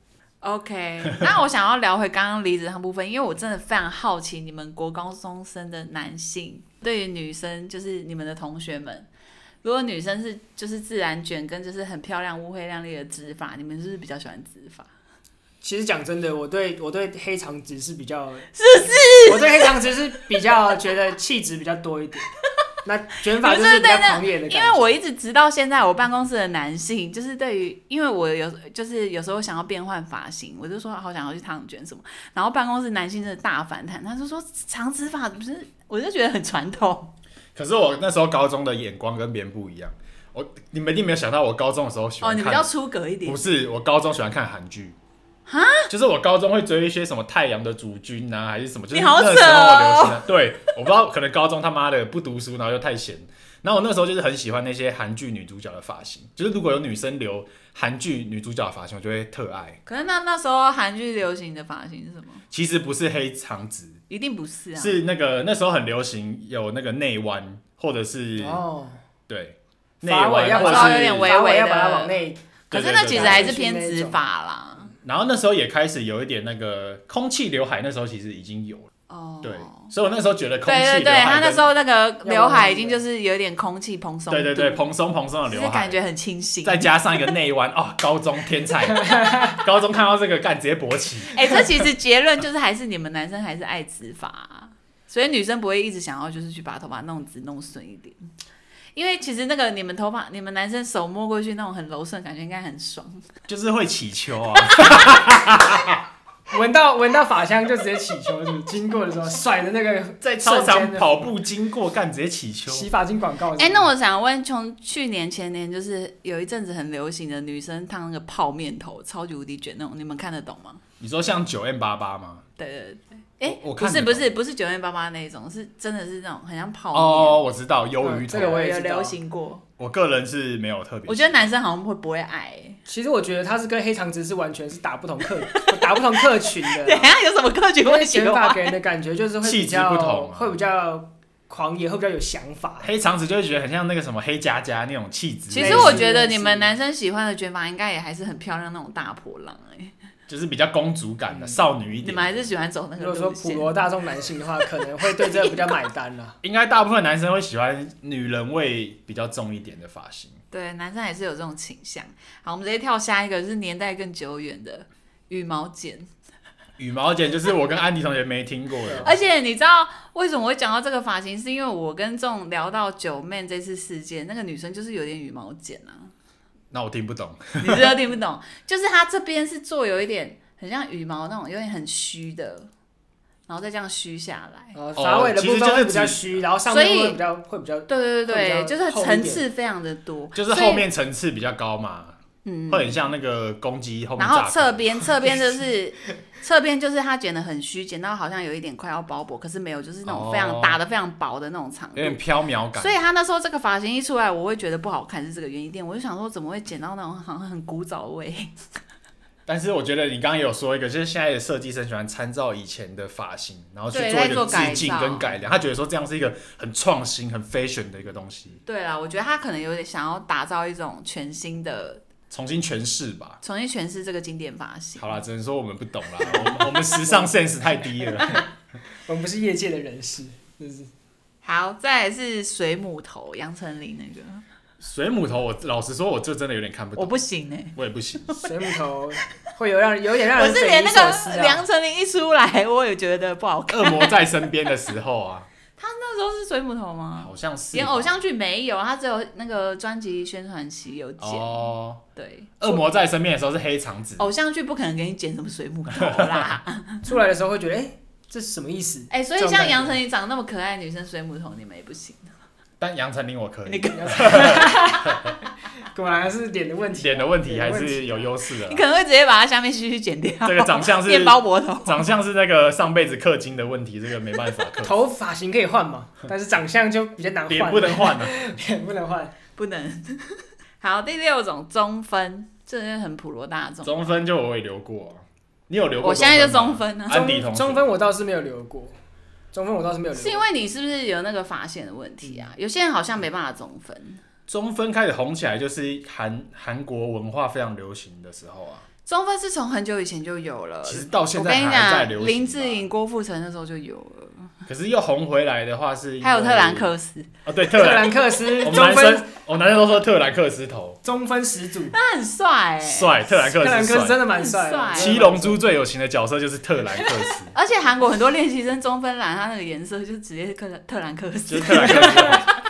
[SPEAKER 2] OK，那我想要聊回刚刚离子烫部分，因为我真的非常好奇你们国高中生的男性对于女生，就是你们的同学们，如果女生是就是自然卷跟就是很漂亮、乌黑亮丽的直发，你们是不是比较喜欢直发？
[SPEAKER 3] 其实讲真的，我对我对黑长直是比较，是是，我对黑长直是比较觉得气质比较多一点。那卷发就是比较狂野的感觉，
[SPEAKER 2] 因为我一直直到现在，我办公室的男性就是对于，因为我有就是有时候想要变换发型，我就说好想要去烫卷什么，然后办公室男性真的大反弹，他就说长直发不是，我就觉得很传统，
[SPEAKER 1] 可是我那时候高中的眼光跟别人不一样，我你们一定没有想到我高中的时候喜
[SPEAKER 2] 哦，
[SPEAKER 1] 欢
[SPEAKER 2] 你比
[SPEAKER 1] 看
[SPEAKER 2] 较出格一点
[SPEAKER 1] 不。是，我高中喜欢看韩剧。就是我高中会追一些什么《太阳的主君》啊，还是什么，就是
[SPEAKER 2] 你好
[SPEAKER 1] 那
[SPEAKER 2] 扯
[SPEAKER 1] 时
[SPEAKER 2] 哦
[SPEAKER 1] 候流行的。对，我不知道，可能高中他妈的不读书，然后又太闲。然后我那时候就是很喜欢那些韩剧女主角的发型，就是如果有女生留韩剧女主角的发型，我就会特爱。
[SPEAKER 2] 可是那那时候韩剧流行的发型是什么？
[SPEAKER 1] 其实不是黑长直，
[SPEAKER 2] 一定不是啊，
[SPEAKER 1] 是那个那时候很流行有那个内弯，或者是、
[SPEAKER 3] 哦，
[SPEAKER 1] 对内
[SPEAKER 3] 发尾
[SPEAKER 1] 弯，
[SPEAKER 3] 要
[SPEAKER 1] 或
[SPEAKER 3] 把
[SPEAKER 1] 者
[SPEAKER 3] 它
[SPEAKER 1] 是
[SPEAKER 2] 稍微有点微
[SPEAKER 3] 发尾
[SPEAKER 2] 微的
[SPEAKER 3] 要把它往内，
[SPEAKER 1] 对
[SPEAKER 2] 可是
[SPEAKER 1] 对
[SPEAKER 2] 那
[SPEAKER 1] 对
[SPEAKER 2] 其实
[SPEAKER 1] 对
[SPEAKER 2] 还是偏直发啦。
[SPEAKER 1] 然后那时候也开始有一点那个空气刘海，那时候其实已经有了。
[SPEAKER 2] 哦，
[SPEAKER 1] 对，所以我那时候觉得空气
[SPEAKER 2] 对对对，
[SPEAKER 1] 刘海
[SPEAKER 2] 他那
[SPEAKER 1] 跟
[SPEAKER 2] 时候那个刘海已经就是有点空气蓬松，
[SPEAKER 1] 对对对，，蓬松蓬松的
[SPEAKER 2] 就
[SPEAKER 1] 刘
[SPEAKER 2] 是
[SPEAKER 1] 海
[SPEAKER 2] 感，觉很清新。
[SPEAKER 1] 再加上一个内弯，哦，高中天 才，高中看到这个干直接勃起。
[SPEAKER 2] 哎、这其实结论就是还是你们男生还是爱直发啊、所以女生不会一直想要就是去把头发弄直弄顺一点，因为其实那个你们头发你们男生手摸过去那种很柔顺，感觉应该很爽。
[SPEAKER 1] 就是会起球啊，
[SPEAKER 3] 闻到闻到发香就直接起球，是不是经过的时候甩的那个
[SPEAKER 1] 在操
[SPEAKER 3] 瞬间
[SPEAKER 1] 场
[SPEAKER 3] 的
[SPEAKER 1] 跑步经过，干直接起 球。
[SPEAKER 3] 洗发精广告是不是。
[SPEAKER 2] 哎、那我想问，从去年前年就是有一阵子很流行的女生烫那个泡面头，超级无敌卷那种，你们看得懂吗？
[SPEAKER 1] 你说像九 M 八八吗？
[SPEAKER 2] 对对对，哎、
[SPEAKER 1] 我我
[SPEAKER 2] 不
[SPEAKER 1] 看
[SPEAKER 2] 是
[SPEAKER 1] 得
[SPEAKER 2] 不是不是九面八八那一种，是真的是那种很像泡面，
[SPEAKER 1] 哦，我知道鱿鱼
[SPEAKER 3] 嗯这
[SPEAKER 1] 头
[SPEAKER 3] 个，我也
[SPEAKER 2] 有
[SPEAKER 3] 知道
[SPEAKER 2] 流行过。
[SPEAKER 1] 我个人是没有特别。
[SPEAKER 2] 我觉得男生好像会不会爱、 欸？
[SPEAKER 3] 其实我觉得它是跟黑长直是完全是打不同客 打不同客群 的
[SPEAKER 2] 等
[SPEAKER 3] 啦
[SPEAKER 2] 一，下有什么科学
[SPEAKER 3] 因
[SPEAKER 2] 会
[SPEAKER 3] 为
[SPEAKER 2] 喜
[SPEAKER 3] 卷发
[SPEAKER 2] 欢？
[SPEAKER 3] 给人的感觉就是会比
[SPEAKER 1] 气质不
[SPEAKER 3] 较
[SPEAKER 1] 同啊
[SPEAKER 3] 会比较狂野，会比较有想法。
[SPEAKER 1] 黑长直就会觉得很像那个什么黑加加那种气质，
[SPEAKER 2] 其实我觉得你们男生喜欢的卷发应该也还是很漂亮那种大波浪哎、
[SPEAKER 1] 就是比较公主感的少女一
[SPEAKER 2] 嗯你
[SPEAKER 1] 点
[SPEAKER 2] 们。还是喜欢走那
[SPEAKER 3] 如
[SPEAKER 2] 个
[SPEAKER 3] 果说
[SPEAKER 2] 路
[SPEAKER 3] 普
[SPEAKER 2] 线。
[SPEAKER 3] 罗大众男性的话，可能会对这个比较买单 啦。
[SPEAKER 1] 应该大部分男生会喜欢女人味比较重一点的发型。
[SPEAKER 2] 对，男生也是有这种倾向。好，我们直接跳下一个，就是年代更久远的羽毛剪。
[SPEAKER 1] 羽毛剪就是我跟安迪同学没听过的，
[SPEAKER 2] 而且你知道为什么我会讲到这个发型，是因为我跟这种聊到九妹这次事件，那个女生就是有点羽毛剪啊，
[SPEAKER 1] 那我听不懂。
[SPEAKER 2] 你这都听不懂，就是她这边是做有一点很像羽毛那种，有点很虚的，然后再这样虚下来。
[SPEAKER 3] 呃，
[SPEAKER 1] 哦
[SPEAKER 3] 发尾的部分会比较虚，然后上面
[SPEAKER 2] 所
[SPEAKER 3] 会
[SPEAKER 2] 以
[SPEAKER 3] 比较会比较
[SPEAKER 2] 对对对对，
[SPEAKER 3] 会比较
[SPEAKER 2] 就是
[SPEAKER 3] 厚一
[SPEAKER 2] 层
[SPEAKER 3] 点
[SPEAKER 2] 次非常的多，
[SPEAKER 1] 就是
[SPEAKER 2] 所以
[SPEAKER 1] 后面层次比较高嘛，
[SPEAKER 2] 嗯，
[SPEAKER 1] 会很像那个公鸡后面
[SPEAKER 2] 然
[SPEAKER 1] 炸
[SPEAKER 2] 后
[SPEAKER 1] 开
[SPEAKER 2] 侧边，侧边就是 侧边就是它剪的很虚，剪到好像有一点快要包裹，可是没有，就是那种非常
[SPEAKER 1] 哦
[SPEAKER 2] 打的非常薄的那种长度
[SPEAKER 1] 有。点飘渺感
[SPEAKER 2] 所，以他那时候这个发型一出来，我会觉得不好看，是这个原因点。我就想说，怎么会剪到那种好像很古早味？
[SPEAKER 1] 但是我觉得你刚刚也有说一个，就是现在的设计师很喜欢参照以前的发型，然后去
[SPEAKER 2] 对
[SPEAKER 1] 做一
[SPEAKER 2] 在
[SPEAKER 1] 个
[SPEAKER 2] 做改
[SPEAKER 1] 致敬
[SPEAKER 2] 造
[SPEAKER 1] 跟改良。他觉得说这样是一个很创新、很 fashion 的一个东西，
[SPEAKER 2] 对啦，我觉得他可能有点想要打造一种全新的，
[SPEAKER 1] 重新诠释吧。
[SPEAKER 2] 重新诠释这个经典发型。
[SPEAKER 1] 好啦，只能说我们不懂啦，我们我们时尚 sense 太低了。
[SPEAKER 3] 我们不是业界的人士，就是
[SPEAKER 2] 好，再来是水母头，杨丞琳那个，
[SPEAKER 1] 水母头，我老实说，我这真的有点看不
[SPEAKER 2] 我
[SPEAKER 1] 懂，
[SPEAKER 2] 不行哎、
[SPEAKER 1] 我也不行。
[SPEAKER 3] 水母头会有让有点让
[SPEAKER 2] 我
[SPEAKER 3] 人
[SPEAKER 2] 是
[SPEAKER 3] 匪
[SPEAKER 2] 连
[SPEAKER 3] 夷
[SPEAKER 2] 那
[SPEAKER 3] 所思
[SPEAKER 2] 个
[SPEAKER 3] 啊。
[SPEAKER 2] 杨丞琳一出来，我也觉得不好看。
[SPEAKER 1] 恶魔在身边的时候啊，
[SPEAKER 2] 那时候是水母头吗？
[SPEAKER 1] 好像是
[SPEAKER 2] 演
[SPEAKER 1] 吧
[SPEAKER 2] 偶像剧没有，他只有那个专辑宣传期有剪。
[SPEAKER 1] 哦。
[SPEAKER 2] 对，
[SPEAKER 1] 恶魔在身边的时候是黑长直，
[SPEAKER 2] 偶像剧不可能给你剪什么水母头啦。
[SPEAKER 3] 出来的时候会觉得，哎、这是什么意 思？
[SPEAKER 2] 哎、所以
[SPEAKER 3] 这种感
[SPEAKER 2] 像
[SPEAKER 3] 觉
[SPEAKER 2] 杨丞琳长那么可爱的女生，水母头你们也不行。
[SPEAKER 1] 但杨丞琳我可以。
[SPEAKER 3] 果然是脸的问题啊，啊
[SPEAKER 1] 脸的问题
[SPEAKER 3] 脸
[SPEAKER 1] 还
[SPEAKER 3] 的问
[SPEAKER 1] 是有优势的
[SPEAKER 2] 你
[SPEAKER 1] 啦，
[SPEAKER 2] 可能会直接把它下面须须剪掉，
[SPEAKER 1] 啊 这个 长相是
[SPEAKER 2] 变包脖头。
[SPEAKER 1] 长相是那个上辈子氪金的问题，这个没办法 克服。
[SPEAKER 3] 头发型可以换嘛，但是长相就比较难换，
[SPEAKER 1] 脸不能换啊了。
[SPEAKER 3] 脸 不能换。
[SPEAKER 2] 不能。好，第六种中分，这是很普罗大众。
[SPEAKER 1] 中分就我也留过、啊，你有留过？
[SPEAKER 2] 我现在就中
[SPEAKER 1] 中
[SPEAKER 2] 分呢、
[SPEAKER 1] 啊 安迪同
[SPEAKER 3] 中
[SPEAKER 1] 学
[SPEAKER 3] 中分我倒是没有留过，中分我倒是没有留
[SPEAKER 2] 是因
[SPEAKER 3] 过。
[SPEAKER 2] 为你是不是有那个发线的问题啊？有些人好像没办法中分，
[SPEAKER 1] 中分开始红起来，就是韩韩国文化非常流行的时候啊。
[SPEAKER 2] 中分是从很久以前就有了。
[SPEAKER 1] 其实到现
[SPEAKER 2] 呃我
[SPEAKER 1] 在
[SPEAKER 2] 跟你
[SPEAKER 1] 还在
[SPEAKER 2] 讲
[SPEAKER 1] 流，行。
[SPEAKER 2] 林志颖、，郭富城那时候就有了，
[SPEAKER 1] 可是又红回来的话是因为
[SPEAKER 2] 还有特兰克斯，
[SPEAKER 1] 啊，对特
[SPEAKER 3] 特
[SPEAKER 1] 兰，
[SPEAKER 3] 兰克斯
[SPEAKER 1] 我们
[SPEAKER 3] 中
[SPEAKER 1] 男
[SPEAKER 3] 分
[SPEAKER 1] 生我们男生都说特兰克斯头
[SPEAKER 3] 中分始祖，
[SPEAKER 2] 他很帅哎、
[SPEAKER 1] 帅，特兰
[SPEAKER 3] 特
[SPEAKER 1] 克
[SPEAKER 3] 兰
[SPEAKER 1] 斯
[SPEAKER 3] 克斯
[SPEAKER 1] 帅。
[SPEAKER 3] 真的蛮帅
[SPEAKER 2] 很 帅，
[SPEAKER 3] 的。
[SPEAKER 1] 七龙珠最有型的角色就是特兰克斯
[SPEAKER 2] 而且韩国很多练习生中分蓝，他那个颜色就直接是特特兰克
[SPEAKER 1] 就
[SPEAKER 2] 斯
[SPEAKER 1] 是。特兰克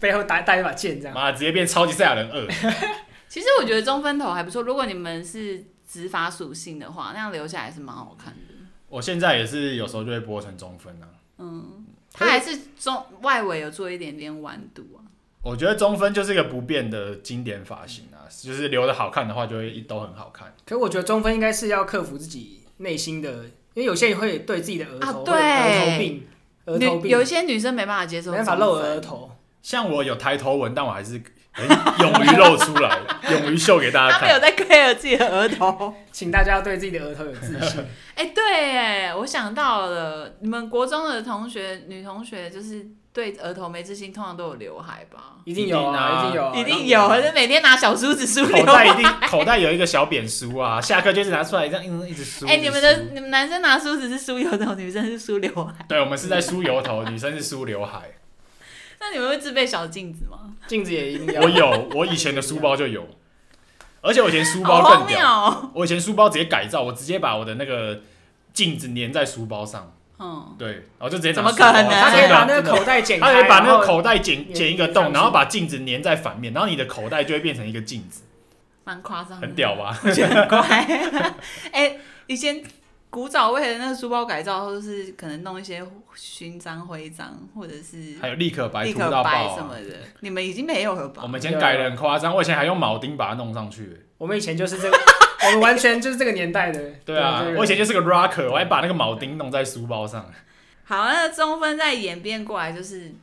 [SPEAKER 3] 背后带带一把剑这
[SPEAKER 1] 斯，
[SPEAKER 3] 样，
[SPEAKER 1] 妈直接变超级赛亚人二。
[SPEAKER 2] 其实我觉得中分头还不错，如果你们是直发属性的话，那样留下来是蛮好看的。
[SPEAKER 1] 我现在也是有时候就会播成中分啊。
[SPEAKER 2] 嗯，它还是中外围有做一点点弯度啊。
[SPEAKER 1] 我觉得中分就是一个不变的经典发型啊，就是留的好看的话，就会都很好看。
[SPEAKER 3] 可我觉得中分应该是要克服自己内心的，因为有些人会对自己的额头、会有额
[SPEAKER 2] 啊对
[SPEAKER 3] 头病、额头
[SPEAKER 2] 女有一
[SPEAKER 3] 病，
[SPEAKER 2] 些女生没办法接受，
[SPEAKER 3] 没办法露额。头。
[SPEAKER 1] 像我有抬头纹，但我还是很勇于露出来， 勇于秀给大家
[SPEAKER 2] 她没有
[SPEAKER 1] 看。
[SPEAKER 2] 在 care 自己的额头。
[SPEAKER 3] 请大家对自己的额头有自 信。
[SPEAKER 2] 哎、对，哎，我想到了，你们国中的同学，女同学就是对额头没自信，通常都有刘海吧？
[SPEAKER 3] 一定有啊，
[SPEAKER 1] 一
[SPEAKER 3] 一
[SPEAKER 1] 定
[SPEAKER 3] 定有啊，
[SPEAKER 2] 一定有，就每天拿小梳子梳
[SPEAKER 1] 口
[SPEAKER 2] 刘
[SPEAKER 1] 袋
[SPEAKER 2] 海。
[SPEAKER 1] 一定，口袋有一个小扁梳啊，下课就是拿出来这样嗯一直梳。
[SPEAKER 2] 哎、
[SPEAKER 1] 一直
[SPEAKER 2] 你们的
[SPEAKER 1] 梳
[SPEAKER 2] 你们男生拿梳子是梳油头，女生是梳刘海，
[SPEAKER 1] 对，我们是在梳油头，女生是梳刘海。
[SPEAKER 2] 那你们会自备小镜子吗？
[SPEAKER 3] 镜子也一定要。
[SPEAKER 1] 我有，我以前的书包就有，而且我以前书包
[SPEAKER 2] 好荒
[SPEAKER 1] 更
[SPEAKER 2] 谬
[SPEAKER 1] 屌，
[SPEAKER 2] 哦、
[SPEAKER 1] 我以前书包直接改造，我直接把我的那个镜子粘在书包上，
[SPEAKER 2] 嗯，
[SPEAKER 1] 对，然后就直接拿
[SPEAKER 2] 怎么
[SPEAKER 1] 书包
[SPEAKER 2] 可能
[SPEAKER 3] 他
[SPEAKER 1] 真
[SPEAKER 3] 可以
[SPEAKER 1] 的
[SPEAKER 3] 把那
[SPEAKER 1] 真
[SPEAKER 3] 个
[SPEAKER 1] 的
[SPEAKER 3] 口袋剪
[SPEAKER 1] 他
[SPEAKER 3] 开，
[SPEAKER 1] 可以把那个
[SPEAKER 3] 然后
[SPEAKER 1] 口袋剪
[SPEAKER 3] 也
[SPEAKER 1] 剪一个
[SPEAKER 3] 也上
[SPEAKER 1] 洞，
[SPEAKER 3] 去
[SPEAKER 1] 然后把镜子粘在反面，然后你的口袋就会变成一个镜子，
[SPEAKER 2] 蛮夸张的，
[SPEAKER 1] 很屌吧？
[SPEAKER 2] 我觉得很乖。 哎、以前古早味的那个书包改造，或者是可能弄一些勋章、徽章，或者是
[SPEAKER 1] 还有立可白
[SPEAKER 2] 立
[SPEAKER 1] 涂
[SPEAKER 2] 可
[SPEAKER 1] 到爆
[SPEAKER 2] 白
[SPEAKER 1] 啊、
[SPEAKER 2] 什么的，你们已经没有了吧
[SPEAKER 1] 我？们以前改的很夸张，我以前还用铆钉把它弄上去。
[SPEAKER 3] 我们以前就是这个，我们完全就是这个年代的。
[SPEAKER 1] 对啊
[SPEAKER 3] 这个，人
[SPEAKER 1] 我以前就是个 rocker，我还把那个铆钉弄在书包上。
[SPEAKER 2] 好，那中分再演变过来就是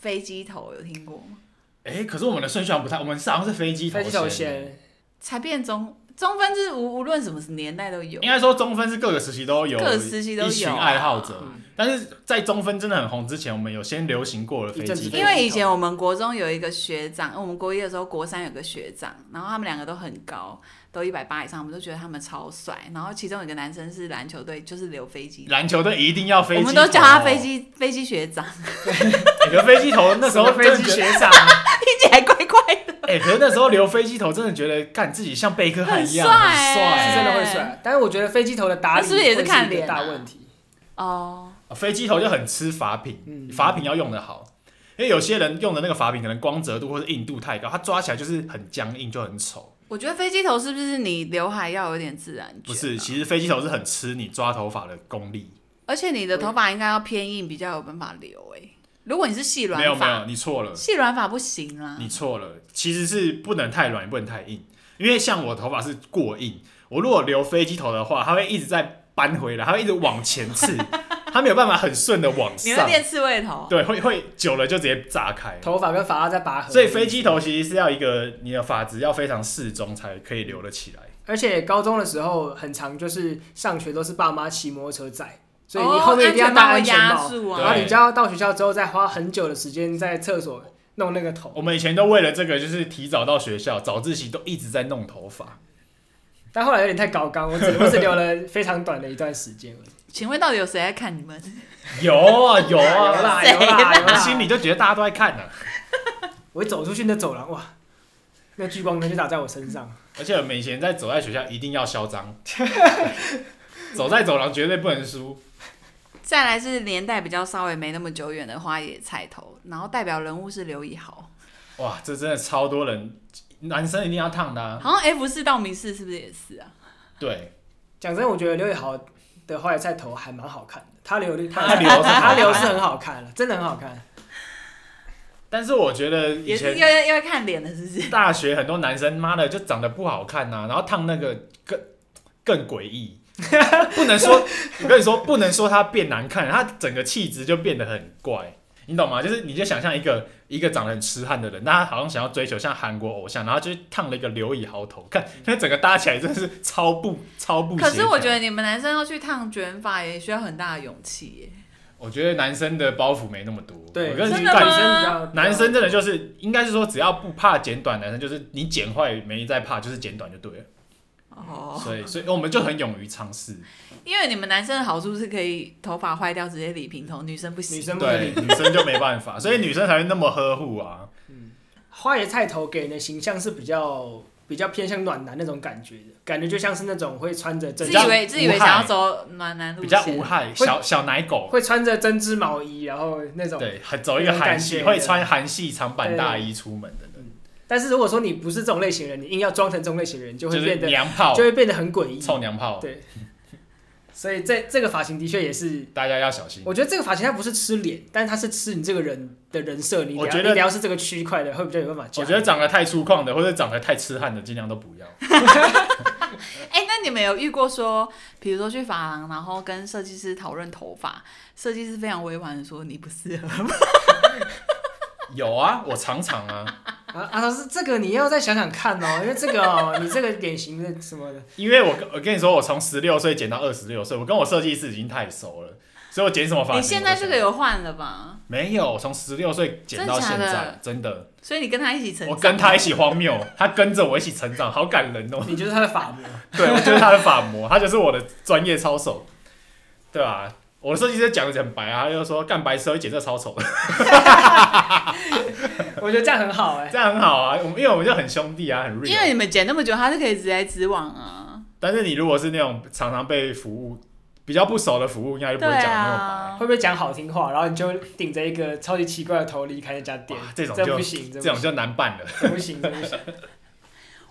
[SPEAKER 2] 飞机头，有听过吗？
[SPEAKER 1] 哎、可是我们的顺序好像不太，我们是好像是飞机
[SPEAKER 3] 飞机头
[SPEAKER 1] 先。
[SPEAKER 3] 先，
[SPEAKER 2] 才变中中分是无无论什么年代都有
[SPEAKER 1] 应，该说中分是各个时期都有，
[SPEAKER 2] 各时期都有啊
[SPEAKER 1] 一群爱好者
[SPEAKER 3] 嗯。
[SPEAKER 1] 但是在中分真的很红之前，我们有先流行过了飞
[SPEAKER 3] 一阵子
[SPEAKER 1] 机头
[SPEAKER 2] 因为以前我们国中有一个学长，我们国一的时候国三有个学长，然后他们两个都很高，都一百八以上，我们都觉得他们超帅。然后其中有一个男生是篮球队，就是留飞机头，
[SPEAKER 1] 篮球队一定要飞机
[SPEAKER 2] 我
[SPEAKER 1] 头，
[SPEAKER 2] 们都叫他飞机飞机学长，
[SPEAKER 1] 哎。留飞机头那时候
[SPEAKER 3] 什么飞
[SPEAKER 1] 真
[SPEAKER 3] 机
[SPEAKER 1] 的觉得
[SPEAKER 3] 学长，
[SPEAKER 2] 听起来怪怪的。
[SPEAKER 1] 哎、可是那时候留飞机头，真的觉得干自己像贝克汉一样，
[SPEAKER 2] 很
[SPEAKER 1] 很
[SPEAKER 2] 帅
[SPEAKER 1] 帅、
[SPEAKER 3] 是真的会帅。但是我觉得飞机头的打理
[SPEAKER 2] 哎那是不是也是
[SPEAKER 3] 会
[SPEAKER 2] 看
[SPEAKER 3] 一个
[SPEAKER 2] 脸啊
[SPEAKER 3] 大问题？
[SPEAKER 2] 哦，
[SPEAKER 1] 啊飞机头就很吃法品
[SPEAKER 3] 嗯，
[SPEAKER 1] 法品要用的好，因为有些人用的那个法品可能光泽度或者硬度太高，它抓起来就是很僵硬，就很丑。
[SPEAKER 2] 我觉得飞机头是不是你刘海要有点自然卷啊
[SPEAKER 1] 不是，其实飞机头是很吃你抓头发的功力。
[SPEAKER 2] 而且你的头发应该要偏硬，比较有办法留哎、如果你是细
[SPEAKER 1] 没有
[SPEAKER 2] 软
[SPEAKER 1] 没有，
[SPEAKER 2] 发，
[SPEAKER 1] 你错了，
[SPEAKER 2] 细软发不行啊啦。
[SPEAKER 1] 你错了，其实是不能太软，也不能太硬，因为像我头发是过硬，我如果留飞机头的话，它会一直在扳回来，它会一直往前刺，它没有办法很顺的往
[SPEAKER 2] 你会
[SPEAKER 1] 上，
[SPEAKER 2] 变刺猬头，
[SPEAKER 1] 对，会会久了就直接炸开。
[SPEAKER 3] 头发跟发蜡在拔河，
[SPEAKER 1] 所以飞机头其实是要一个你的发质要非常适中才可以留得起来。
[SPEAKER 3] 而且高中的时候很长，就是上学都是爸妈骑摩托车载，所以你
[SPEAKER 2] 哦
[SPEAKER 3] 后面一定要戴安
[SPEAKER 2] 安
[SPEAKER 3] 全
[SPEAKER 2] 全帽
[SPEAKER 3] 帽。
[SPEAKER 2] 会压住
[SPEAKER 1] 对
[SPEAKER 3] 然
[SPEAKER 2] 啊。
[SPEAKER 3] 后你就要到学校之后再花很久的时间在厕所弄那个头，
[SPEAKER 1] 我们以前都为了这个，就是提早到学校，早自习都一直在弄头发。
[SPEAKER 3] 但后来有点太高纲，我只 我只留了非常短的一段时间而已。
[SPEAKER 2] 请问到底有谁在看你们？
[SPEAKER 1] 有啊有
[SPEAKER 3] 有
[SPEAKER 1] 啊，
[SPEAKER 3] 啦有啦有
[SPEAKER 1] 我
[SPEAKER 3] 啦，
[SPEAKER 1] 心里就觉得大家都在看啊呢、
[SPEAKER 3] 我一走出去那走廊，哇，那聚光灯就打在我身上。
[SPEAKER 1] 而且我们以前在走在学校一定要嚣张， 走在走廊绝对不能输。
[SPEAKER 2] 再来是年代比较稍微没那么久远的花野菜头，然后代表人物是刘以豪，
[SPEAKER 1] 哇，这真的超多人，男生一定要烫的、啊。
[SPEAKER 2] 好像 F 四到名四是不是也是啊？
[SPEAKER 1] 对，
[SPEAKER 3] 讲真，我觉得刘宇豪的花野菜头还蛮好看的，他留的
[SPEAKER 1] 他留是
[SPEAKER 3] 他留是
[SPEAKER 1] 好看
[SPEAKER 3] 很好看的，真的很好看。
[SPEAKER 1] 但是我觉得以
[SPEAKER 2] 也是
[SPEAKER 1] 前
[SPEAKER 2] 又要又要看脸的，是不是？
[SPEAKER 1] 大学很多男生妈的就长得不好看啊呐、然后烫那个更更诡异。 不能说，我跟你说，不能说他变难看，他整个气质就变得很怪，你懂吗？就是你就想象一个一个长得很痴汉的人，但他好像想要追求像韩国偶像，然后就烫了一个刘以豪头，看那整个搭起来真的是超不超不协调。
[SPEAKER 2] 可是我觉得你们男生要去烫卷发也需要很大的勇气耶。
[SPEAKER 1] 我觉得男生的包袱没那么多，
[SPEAKER 3] 对，
[SPEAKER 1] 我跟你
[SPEAKER 2] 真的
[SPEAKER 1] 干
[SPEAKER 2] 吗
[SPEAKER 3] 生比较
[SPEAKER 1] 男生真的就是，应该是说只要不怕剪短，男生就是你剪坏没在怕，就是剪短就对了。
[SPEAKER 2] 哦，
[SPEAKER 1] 所以，所以我们就很勇于尝试。
[SPEAKER 2] 因为你们男生的好处是可以头发坏掉直接理平头，女生不行。
[SPEAKER 3] 女生不
[SPEAKER 1] 对，女生就没办法，所以女生才会那么呵护啊。
[SPEAKER 3] 花野菜头给人的形象是比较比较偏向暖男那种感觉的，感觉就像是那种会穿着
[SPEAKER 2] 自
[SPEAKER 3] 针
[SPEAKER 1] 比
[SPEAKER 2] 以
[SPEAKER 1] 较
[SPEAKER 2] 为自以为
[SPEAKER 1] 无害
[SPEAKER 2] 想要走暖男路
[SPEAKER 1] 比
[SPEAKER 2] 线，
[SPEAKER 1] 较无害，小小奶狗，
[SPEAKER 3] 会穿着针织毛衣，然后那种。
[SPEAKER 1] 对，很走一个韩系，
[SPEAKER 3] 那种感觉
[SPEAKER 1] 会穿韩系长版大衣出门的人，
[SPEAKER 3] 但是如果说你不是这种类型人，你硬要装成这种类型人，就会
[SPEAKER 1] 是
[SPEAKER 3] 变得
[SPEAKER 1] 娘炮
[SPEAKER 3] 就，会变得很诡异。
[SPEAKER 1] 臭娘炮，
[SPEAKER 3] 对，所以这这个发型的确也是，
[SPEAKER 1] 大家要小心。
[SPEAKER 3] 我觉得这个发型它不是吃脸，但它是吃你这个人的人设。你
[SPEAKER 1] 我
[SPEAKER 3] 聊
[SPEAKER 1] 觉
[SPEAKER 3] 你
[SPEAKER 1] 得
[SPEAKER 3] 聊是这个区块的，会比较有办法加。
[SPEAKER 1] 我觉得长得太粗犷的，或者长得太痴汉的，尽量都不要。
[SPEAKER 2] 哎、那你们有遇过说，比如说去发廊，然后跟设计师讨论头发，设计师非常委婉的说你不适合，
[SPEAKER 1] 有啊，我常常啊，
[SPEAKER 3] 啊啊，老师这个你要再想想看哦，因为这个哦，你这个脸型的什 么的，
[SPEAKER 1] 因为我跟我跟你说，我从十六岁剪到二十六岁，我跟我设计师已经太熟了，所以我剪什么发型
[SPEAKER 2] 你
[SPEAKER 1] 我都想。
[SPEAKER 2] 现在这个有换了吧？
[SPEAKER 1] 没有？我从十六岁剪到现
[SPEAKER 2] 真假
[SPEAKER 1] 在
[SPEAKER 2] 的，
[SPEAKER 1] 真的。
[SPEAKER 2] 所以你跟他一起成
[SPEAKER 1] 我
[SPEAKER 2] 长，
[SPEAKER 1] 跟他一起荒谬， 他跟着我一起成长，好感人哦。
[SPEAKER 3] 你就是他的法模。
[SPEAKER 1] 对，我就是他的法模，他就是我的专业操守，对啊，我的设计师讲的很白啊，他就说干白痴会剪这超丑的，
[SPEAKER 3] 我觉得这样很好哎、
[SPEAKER 1] 这样很好啊。我们因为我们就很兄弟啊，很
[SPEAKER 2] 因为
[SPEAKER 1] real。
[SPEAKER 2] 你们剪那么久，他是可以直来直往啊，
[SPEAKER 1] 但是你如果是那种常常被服务、比较不熟的服务，应该就不
[SPEAKER 2] 对
[SPEAKER 1] 会讲那么
[SPEAKER 2] 啊
[SPEAKER 3] 会，不会讲好听话，然后你就顶着一个超级奇怪的头离开那家店
[SPEAKER 1] 哇？这种就
[SPEAKER 3] 不行，
[SPEAKER 2] 啊
[SPEAKER 1] 白，
[SPEAKER 3] 这
[SPEAKER 1] 这种就难办了。
[SPEAKER 3] 这不行，这不行。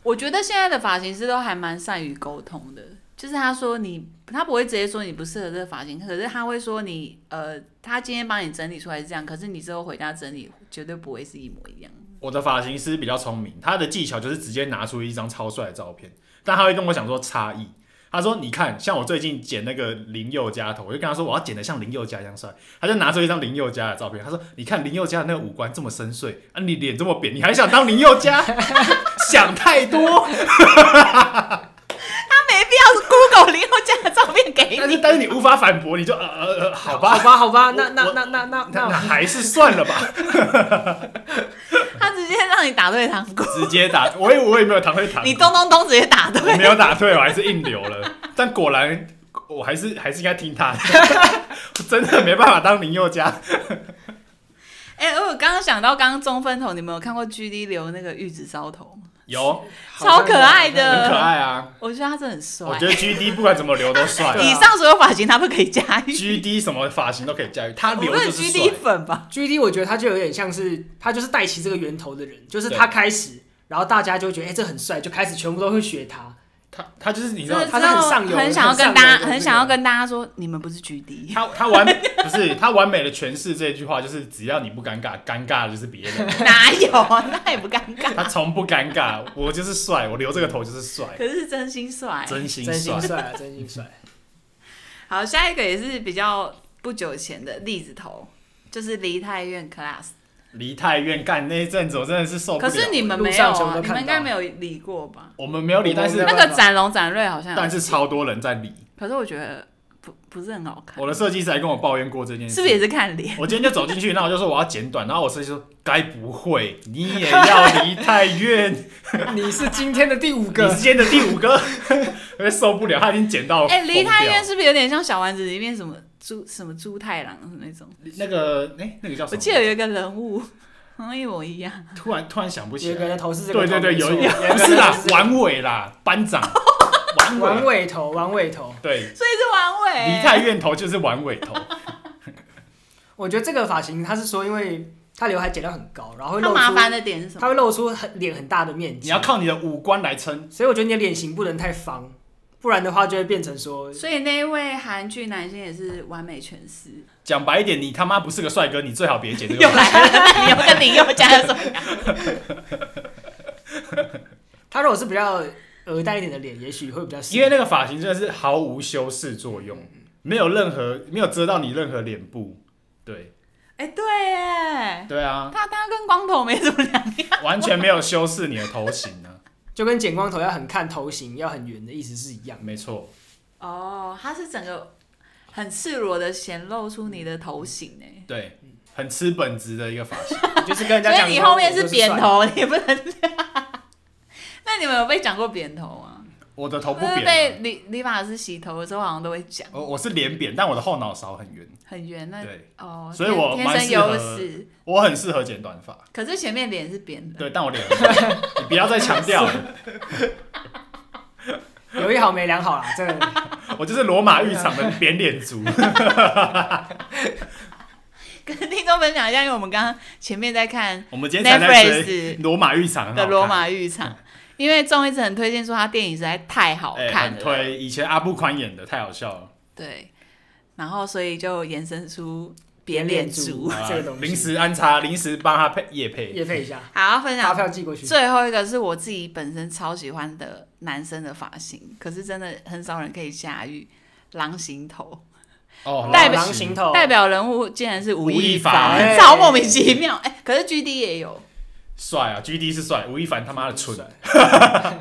[SPEAKER 2] 我觉得现在的发型师都还蛮善于沟通的，就是他说你，他不会直接说你不适合这个发型，可是他会说你，呃，他今天帮你整理出来是这样，可是你之后回家整理绝对不会是一模一样。
[SPEAKER 1] 我的发型师比较聪明，他的技巧就是直接拿出一张超帅的照片，但他会跟我讲说差异。他说：“你看，像我最近剪那个林宥嘉头，我就跟他说我要剪得像林宥嘉一样帅。”他就拿出一张林宥嘉的照片，他说：“你看林宥嘉的那个五官这么深邃，啊，你脸这么扁，你还想当林宥嘉？ 想太多。
[SPEAKER 2] 他没必要 Google 林宥嘉的照片 给
[SPEAKER 1] 但
[SPEAKER 2] 你
[SPEAKER 1] 是。但是你无法反驳，你就呃呃呃，好吧，
[SPEAKER 3] 好吧，好吧，
[SPEAKER 1] 我
[SPEAKER 3] 那那
[SPEAKER 1] 我
[SPEAKER 3] 那那那
[SPEAKER 1] 那那
[SPEAKER 3] 那，
[SPEAKER 1] 还是算了吧，
[SPEAKER 2] 他直接让你打对糖果，
[SPEAKER 1] 直接打。我也我也没有躺会躺，
[SPEAKER 2] 你咚咚咚直接打
[SPEAKER 1] 我没
[SPEAKER 2] 对。
[SPEAKER 1] 有打退，我还是硬留 了。但果然，我还是还是应该听他的， 我真的没办法当林宥嘉。
[SPEAKER 2] 哎、我刚刚想到，刚刚中分头，你们有看过 G D 留那个玉子烧头吗？
[SPEAKER 1] 有
[SPEAKER 2] 超可爱的
[SPEAKER 1] 很可爱啊，
[SPEAKER 2] 我觉得他真的很帅
[SPEAKER 1] 我。觉得 G D 不管怎么留都 帅
[SPEAKER 3] 对啊
[SPEAKER 2] 以上所有发型他都可以驾驭，
[SPEAKER 1] ，G D 什么发型都可以驾驭，他
[SPEAKER 2] 我
[SPEAKER 1] 留
[SPEAKER 2] 们
[SPEAKER 1] 就是是
[SPEAKER 2] G
[SPEAKER 1] 帅
[SPEAKER 2] D。粉吧？
[SPEAKER 3] G D，我觉得他就有点像是他就是带起这个源头的人，就是他开始，然后大家就觉得哎、这很帅，就开始全部都会学他。
[SPEAKER 1] 他他就是你知道
[SPEAKER 2] 真
[SPEAKER 3] 他
[SPEAKER 2] 的
[SPEAKER 3] 是很上游
[SPEAKER 2] 很想要跟
[SPEAKER 3] 很上游的
[SPEAKER 2] 大家，
[SPEAKER 3] 那
[SPEAKER 2] 很
[SPEAKER 3] 个
[SPEAKER 2] 想要跟大家说，你们不是 GD，
[SPEAKER 1] 他他完不是他完美的诠释这句话，就是只要你不尴尬，尴尬的就是别 人。
[SPEAKER 2] 哪有啊？那也不尴尬，
[SPEAKER 1] 他从不尴尬，我就是帅，我留这个头就是帅，
[SPEAKER 2] 可是是真心帅。
[SPEAKER 1] 真心
[SPEAKER 3] 真
[SPEAKER 1] 帅
[SPEAKER 3] 心。帅啊，真心帅。
[SPEAKER 2] 好，下一个也是比较不久前的栗子头，就是梨泰院 class。
[SPEAKER 1] 梨泰院干那一阵子，我真的是受不
[SPEAKER 2] 可
[SPEAKER 1] 了。
[SPEAKER 2] 是你们
[SPEAKER 3] 路
[SPEAKER 2] 没有、
[SPEAKER 3] 上全部
[SPEAKER 2] 啊，
[SPEAKER 3] 都
[SPEAKER 2] 你
[SPEAKER 3] 看
[SPEAKER 2] 们应该
[SPEAKER 3] 到
[SPEAKER 2] 没有理过吧？
[SPEAKER 1] 我们没有理，但
[SPEAKER 3] 我
[SPEAKER 1] 是
[SPEAKER 3] 们
[SPEAKER 2] 那
[SPEAKER 3] 办
[SPEAKER 2] 个
[SPEAKER 3] 法
[SPEAKER 2] 展龙展瑞好像有，
[SPEAKER 1] 但是超多人在理。
[SPEAKER 2] 可是我觉得不不是很好看，
[SPEAKER 1] 我的设计师还跟我抱怨过这件事，
[SPEAKER 2] 是不是也是看脸？
[SPEAKER 1] 我今天就走进去，然后我就说我要剪短，然后我设计师说该不会你也要离太远？
[SPEAKER 3] 你是今天的第五
[SPEAKER 1] 你是
[SPEAKER 3] 个，
[SPEAKER 1] 今天的第五个， 我就受不了，他已经剪到
[SPEAKER 2] 哎、梨泰
[SPEAKER 1] 疯
[SPEAKER 2] 院
[SPEAKER 1] 掉
[SPEAKER 2] 是不是有点像小丸子里面什么猪什么猪太郎那种？
[SPEAKER 1] 那个哎、那个叫什
[SPEAKER 2] 我
[SPEAKER 1] 么？
[SPEAKER 2] 记得有一个人物好像一模一样，
[SPEAKER 1] 突然突然想不
[SPEAKER 3] 有
[SPEAKER 1] 起
[SPEAKER 3] 一个
[SPEAKER 1] 来。
[SPEAKER 3] 人头是这个
[SPEAKER 1] 对对
[SPEAKER 3] 头，
[SPEAKER 1] 对，
[SPEAKER 3] 没
[SPEAKER 1] 有一
[SPEAKER 3] 错有一个
[SPEAKER 1] 不是啦
[SPEAKER 3] 头，
[SPEAKER 1] 王伟啦，班长，王
[SPEAKER 3] 丸
[SPEAKER 1] 伟，
[SPEAKER 3] 尾头，丸尾头。
[SPEAKER 1] 对，
[SPEAKER 2] 所以是王伟、
[SPEAKER 1] 梨泰院头就是丸尾头，
[SPEAKER 3] 我觉得这个发型，他是说因为他刘海剪到很高，然后会
[SPEAKER 2] 他
[SPEAKER 3] 露
[SPEAKER 2] 麻烦
[SPEAKER 3] 出，
[SPEAKER 2] 的点是什
[SPEAKER 3] 他
[SPEAKER 2] 么？
[SPEAKER 3] 会露出很脸很大的面积。
[SPEAKER 1] 你要靠你的五官来撑。
[SPEAKER 3] 所以我觉得你的脸型不能太方，不然的话就会变成说，
[SPEAKER 2] 所以那一位韩剧男星也是完美诠释，
[SPEAKER 1] 讲白一点，你他妈不是个帅哥，你最好别剪这
[SPEAKER 2] 又
[SPEAKER 1] 个。
[SPEAKER 2] 来了，那 你又跟你又加了什么？
[SPEAKER 3] 他如果是比较鹅蛋一点的脸，也许会比较适合
[SPEAKER 1] 因为那个发型真的是毫无修饰作用，没有任何没有遮到你任何脸部。对
[SPEAKER 2] 哎、对耶，
[SPEAKER 1] 对啊，
[SPEAKER 2] 他他跟光头没什么两样。
[SPEAKER 1] 完全没有修饰你的头型啊，
[SPEAKER 3] 就跟剪光头要很看头型，要很圆的意思是一样的。
[SPEAKER 1] 没错。
[SPEAKER 2] 哦，它是整个很赤裸的显露出你的头型哎。
[SPEAKER 1] 对，很吃本质的一个发型。
[SPEAKER 3] 就是跟人家
[SPEAKER 2] 所
[SPEAKER 3] 讲，
[SPEAKER 2] 以你后面是扁
[SPEAKER 3] 我
[SPEAKER 2] 头，你不能。 那你们有被讲过扁头吗？
[SPEAKER 1] 我的头不
[SPEAKER 2] 就是
[SPEAKER 1] 扁啊、
[SPEAKER 2] 被理理发师洗头的时候，好像都会讲
[SPEAKER 1] 我我是脸扁，但我的后脑勺很圆，
[SPEAKER 2] 很圆。那
[SPEAKER 1] 对
[SPEAKER 2] 哦，
[SPEAKER 1] 所以
[SPEAKER 2] 天
[SPEAKER 1] 我
[SPEAKER 2] 天
[SPEAKER 1] 蛮
[SPEAKER 2] 生
[SPEAKER 1] 适合
[SPEAKER 2] 优势，
[SPEAKER 1] 我很适合剪短发。
[SPEAKER 2] 可是前面脸是扁的。
[SPEAKER 1] 对，但我脸 很扁，你不要再强调了，
[SPEAKER 3] 是帅有一好没两好啦，这 个
[SPEAKER 1] 我就是罗马浴场的扁脸族。
[SPEAKER 2] 跟听众分享一下，因为我们刚刚前面在看
[SPEAKER 1] 我们今天才在追
[SPEAKER 2] Netflix
[SPEAKER 1] 罗马浴场很好
[SPEAKER 2] 的《
[SPEAKER 1] 看嗯
[SPEAKER 2] 罗马浴场》，因为众一直很推荐说他电影实在太好
[SPEAKER 1] 哎
[SPEAKER 2] 看
[SPEAKER 1] 很
[SPEAKER 2] 了。
[SPEAKER 1] 推。以前阿布宽演的太好笑了，
[SPEAKER 2] 对，然后所以就衍生出扁脸族
[SPEAKER 3] 哇。
[SPEAKER 1] 好啦
[SPEAKER 3] 这个东西
[SPEAKER 1] 临时安插，临时帮他配夜配。
[SPEAKER 3] 也配一下，
[SPEAKER 2] 好，分
[SPEAKER 3] 啊发
[SPEAKER 2] 享
[SPEAKER 3] 票寄过去。
[SPEAKER 2] 最后一个是我自己本身超喜欢的男生的发型，可是真的很少人可以驾驭。狼行头
[SPEAKER 1] 哦
[SPEAKER 2] 代表
[SPEAKER 3] 狼行头，
[SPEAKER 2] 代表人物竟然是吴
[SPEAKER 1] 吴亦
[SPEAKER 2] 亦
[SPEAKER 1] 凡
[SPEAKER 2] 凡，超莫名其妙。哎、可是 G D 也有，
[SPEAKER 1] 帅啊，G D 是帅，吴亦凡他妈的蠢。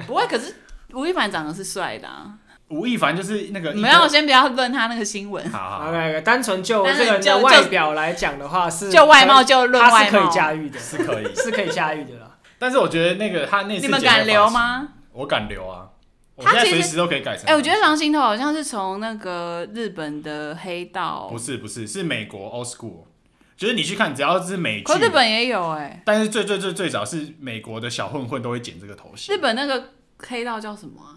[SPEAKER 2] 不会，可是吴亦凡长得是帅的、啊。
[SPEAKER 1] 吴亦凡就是那个
[SPEAKER 2] 你们要先不要论他那个新闻，
[SPEAKER 1] 好好
[SPEAKER 3] OK，单纯就
[SPEAKER 2] 单
[SPEAKER 3] 这
[SPEAKER 2] 纯
[SPEAKER 3] 个人的
[SPEAKER 2] 就
[SPEAKER 3] 外表来讲的话，是
[SPEAKER 2] 就外貌
[SPEAKER 3] 可以，
[SPEAKER 2] 就论
[SPEAKER 3] 他
[SPEAKER 2] 外
[SPEAKER 3] 是可以
[SPEAKER 2] 貌，
[SPEAKER 3] 驾驭的，
[SPEAKER 1] 是可以，
[SPEAKER 3] 是可以驾驭的啦。
[SPEAKER 1] 但是我觉得那个他那次
[SPEAKER 2] 你们
[SPEAKER 1] 剪的
[SPEAKER 2] 敢留
[SPEAKER 1] 发型？
[SPEAKER 2] 吗？
[SPEAKER 1] 我敢留啊，我
[SPEAKER 2] 他
[SPEAKER 1] 现在
[SPEAKER 2] 其
[SPEAKER 1] 随
[SPEAKER 2] 实
[SPEAKER 1] 时都可以改成。
[SPEAKER 2] 哎、我觉得狼行头好像是从那个日本的黑道
[SPEAKER 1] 不，是不是是美国 old school，就是你去看只要是美剧
[SPEAKER 2] 可，是日本也有哎、
[SPEAKER 1] 但是最最最最早是美国的小混混都会剪这个头型
[SPEAKER 2] 日本那个黑道叫什么啊？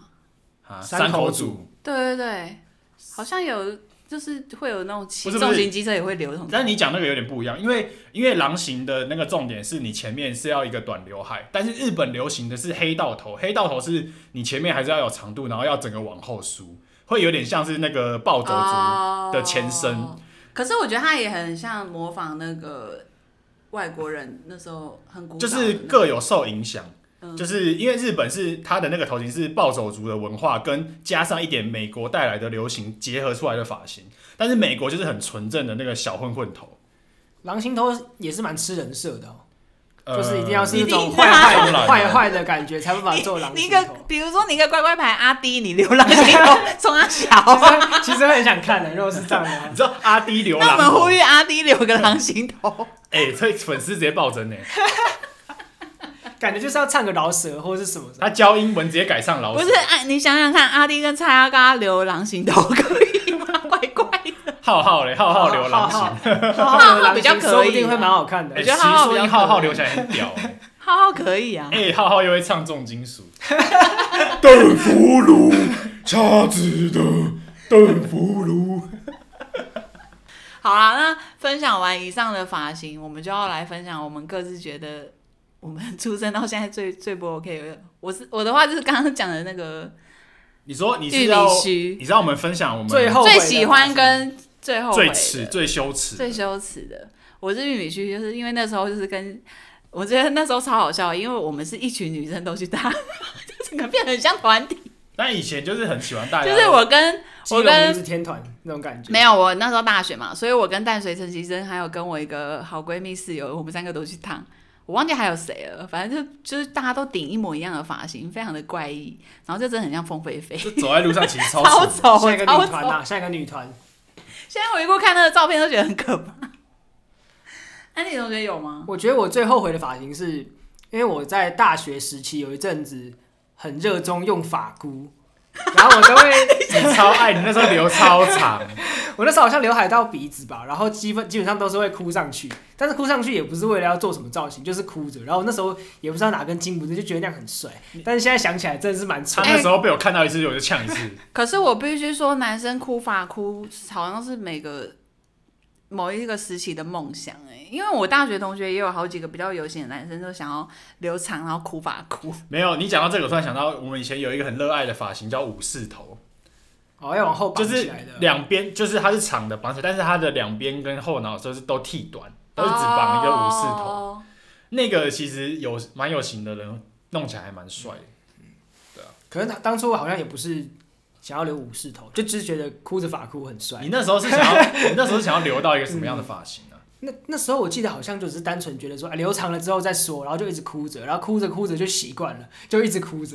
[SPEAKER 1] 啊，
[SPEAKER 3] 山
[SPEAKER 1] 山
[SPEAKER 3] 口
[SPEAKER 1] 口
[SPEAKER 3] 组
[SPEAKER 1] 组。
[SPEAKER 2] 对对对，好像有，就是会有那种骑
[SPEAKER 1] 不是不
[SPEAKER 2] 重
[SPEAKER 1] 是
[SPEAKER 2] 型机车也会
[SPEAKER 3] 嗯
[SPEAKER 2] 流通。
[SPEAKER 1] 但是你讲那个有点不一样，因为因为狼型的那个重点是你前面是要一个短刘海，但是日本流行的是黑道头，黑道头是你前面还是要有长度，然后要整个往后梳，会有点像是那个暴走族。的前身
[SPEAKER 2] 哦。可是我觉得他也很像模仿那个外国人那时候很古、老的
[SPEAKER 1] 就
[SPEAKER 2] 那
[SPEAKER 1] 是
[SPEAKER 2] 种
[SPEAKER 1] 各有受影响，
[SPEAKER 2] 嗯
[SPEAKER 1] 就是因为日本是它的那个头型是暴走族的文化，跟加上一点美国带来的流行结合出来的发型，但是美国就是很纯正的那个小混混头，
[SPEAKER 3] 狼行头也是蛮吃人设的哦，
[SPEAKER 1] 呃
[SPEAKER 3] 就是一定要是
[SPEAKER 2] 一
[SPEAKER 3] 那
[SPEAKER 2] 定
[SPEAKER 3] 种坏坏
[SPEAKER 1] 的啊
[SPEAKER 3] 的、坏坏的感觉，才无法做狼
[SPEAKER 2] 你一
[SPEAKER 3] 行
[SPEAKER 2] 个
[SPEAKER 3] 头。，
[SPEAKER 2] 比如说你一个乖乖牌阿迪，你流浪街头冲他小啊。
[SPEAKER 3] 其实其实很想看的，如果是这样的话
[SPEAKER 1] 你。知道阿迪流
[SPEAKER 2] 那我
[SPEAKER 1] 浪
[SPEAKER 2] 们呼
[SPEAKER 1] 头，
[SPEAKER 2] 吁阿迪留个狼行头，
[SPEAKER 1] 哎、这粉丝直接暴增呢、
[SPEAKER 3] 感觉就是要唱个饶舌或者是什么的。
[SPEAKER 1] 他教英文直接改上老
[SPEAKER 2] 不
[SPEAKER 1] 师
[SPEAKER 2] 是？，哎，你想想看，阿迪跟蔡阿嘎留狼行头可以吗？怪怪的，
[SPEAKER 1] 浩浩嘞，浩浩流浪型，
[SPEAKER 3] 浩浩
[SPEAKER 2] 浩
[SPEAKER 3] 流
[SPEAKER 2] 浩
[SPEAKER 3] 浪
[SPEAKER 2] 比较
[SPEAKER 3] 型
[SPEAKER 2] 可
[SPEAKER 3] 说不
[SPEAKER 2] 以
[SPEAKER 3] 定会
[SPEAKER 2] 啊
[SPEAKER 3] 蛮好看的
[SPEAKER 1] 哎、
[SPEAKER 2] 我。
[SPEAKER 1] 其
[SPEAKER 2] 觉
[SPEAKER 1] 实
[SPEAKER 2] 得浩浩
[SPEAKER 1] 说
[SPEAKER 2] 比
[SPEAKER 1] 不
[SPEAKER 2] 较
[SPEAKER 1] 定
[SPEAKER 2] 可
[SPEAKER 1] 浩浩
[SPEAKER 2] 爱
[SPEAKER 1] 留起来很 屌、欸，
[SPEAKER 2] 浩浩可以啊。
[SPEAKER 1] 哎、浩浩又会唱重金属，邓福如，掐指的邓福如，
[SPEAKER 2] 好啦，那分享完以上的发型，我们就要来分享我们各自觉得我们出生到现在最最不 OK 的。我是我的话就是刚刚讲的那个
[SPEAKER 1] 你说你是
[SPEAKER 2] 玉
[SPEAKER 1] 要
[SPEAKER 2] 米须
[SPEAKER 1] 你知道我们分享我们
[SPEAKER 3] 最后悔的
[SPEAKER 2] 最喜欢跟最后悔
[SPEAKER 1] 最
[SPEAKER 2] 的
[SPEAKER 1] 耻、最羞耻的，
[SPEAKER 2] 最羞耻的，我是玉米须，就是因为那时候就是跟我觉得那时候超好笑，因为我们是一群女生都去搭， 就整个变得很像团体。
[SPEAKER 1] 但以前就是很喜欢大家，
[SPEAKER 2] 就是我跟
[SPEAKER 3] 基
[SPEAKER 2] 我
[SPEAKER 3] 隆名
[SPEAKER 2] 跟
[SPEAKER 3] 字天团那种感觉。
[SPEAKER 2] 没有我那时候大学嘛，所以我跟淡水陈其生还有跟我一个好闺蜜室友，我们三个都去烫。我忘记还有谁了，反正就就是大家都顶一模一样的发型，非常的怪异，然后就真的很像风 飞飞，
[SPEAKER 1] 就走在路上其实 超
[SPEAKER 2] 超
[SPEAKER 1] 丑
[SPEAKER 2] 丑，
[SPEAKER 3] 像一个
[SPEAKER 2] 超
[SPEAKER 3] 女团
[SPEAKER 2] 丑。
[SPEAKER 3] 啊，像一个女团。
[SPEAKER 2] 现在回顾看那个照片都觉得很可怕。 安迪同学有吗？
[SPEAKER 3] 我觉得我最后悔的发型是，因为我在大学时期有一阵子很热衷用发箍，然后我都会，
[SPEAKER 1] 你超爱你那时候留超 长，
[SPEAKER 3] 我那时候好像刘海到鼻子吧，然后基本基本上都是会箍上去，但是箍上去也不是为了要做什么造型，就是箍着。然后我那时候也不知道哪根筋不对，就觉得那样很帅，但是现在想起来真的是蛮
[SPEAKER 1] 他
[SPEAKER 3] 长。
[SPEAKER 1] 那时候被我看到一次我就呛一次，
[SPEAKER 2] 可是我必须说，男生哭法哭好像是每个某一个时期的梦想哎、因为我大学同学也有好几个比较有型的男生，就想要留长，然后哭法哭。
[SPEAKER 1] 没有你讲到这个，我突然想到我们以前有一个很热爱的发型叫武士头，
[SPEAKER 3] 哦，要往后
[SPEAKER 1] 就
[SPEAKER 3] 绑起
[SPEAKER 1] 是
[SPEAKER 3] 来的。
[SPEAKER 1] 两边就是它是长的绑起来，但是它的两边跟后脑就是都剃
[SPEAKER 3] 哦
[SPEAKER 1] 短，都是只绑一个武士头。
[SPEAKER 2] 哦
[SPEAKER 1] 那个其实有蛮有型的人，弄起来还蛮帅的。
[SPEAKER 3] 可能他当初好像也不是想要留武士头，就只是觉得箍着发箍很帅
[SPEAKER 1] 你。那时候是想要， 你那时候是想要留到一个什么样的发型啊？
[SPEAKER 3] 那那时候我记得好像就只是单纯觉得说，哎、留长了之后再说，然后就一直哭着，然后哭着哭着就习惯了，就一直哭着，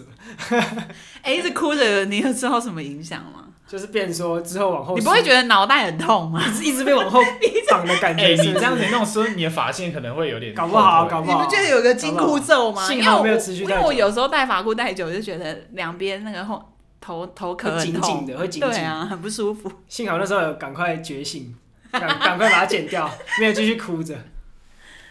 [SPEAKER 2] 哎、一直哭着，你有知道什么影响吗？
[SPEAKER 3] 就是变说之后往后梳，
[SPEAKER 2] 你不会觉得脑袋很痛吗？
[SPEAKER 3] 一直一直被往后绑的感
[SPEAKER 1] 哎、
[SPEAKER 3] 觉是不
[SPEAKER 1] 你
[SPEAKER 3] 是，
[SPEAKER 1] 这样子弄，说你的发线可能会有点
[SPEAKER 3] 搞不好
[SPEAKER 1] 后
[SPEAKER 3] 搞
[SPEAKER 1] 悔
[SPEAKER 3] 不好
[SPEAKER 2] 你不觉得有个金箍咒吗？
[SPEAKER 3] 幸好
[SPEAKER 2] 因为
[SPEAKER 3] 没有
[SPEAKER 2] 我
[SPEAKER 3] 持续
[SPEAKER 2] 因
[SPEAKER 3] 太久
[SPEAKER 2] 为我有时候戴发箍戴久，就觉得两边那个后头头壳
[SPEAKER 3] 会
[SPEAKER 2] 很
[SPEAKER 3] 紧
[SPEAKER 2] 痛，
[SPEAKER 3] 紧的，会紧
[SPEAKER 2] 对
[SPEAKER 3] 紧。
[SPEAKER 2] 啊，很不舒服。
[SPEAKER 3] 幸好那时候有赶快觉醒，赶赶快把它剪掉，没有继续哭着，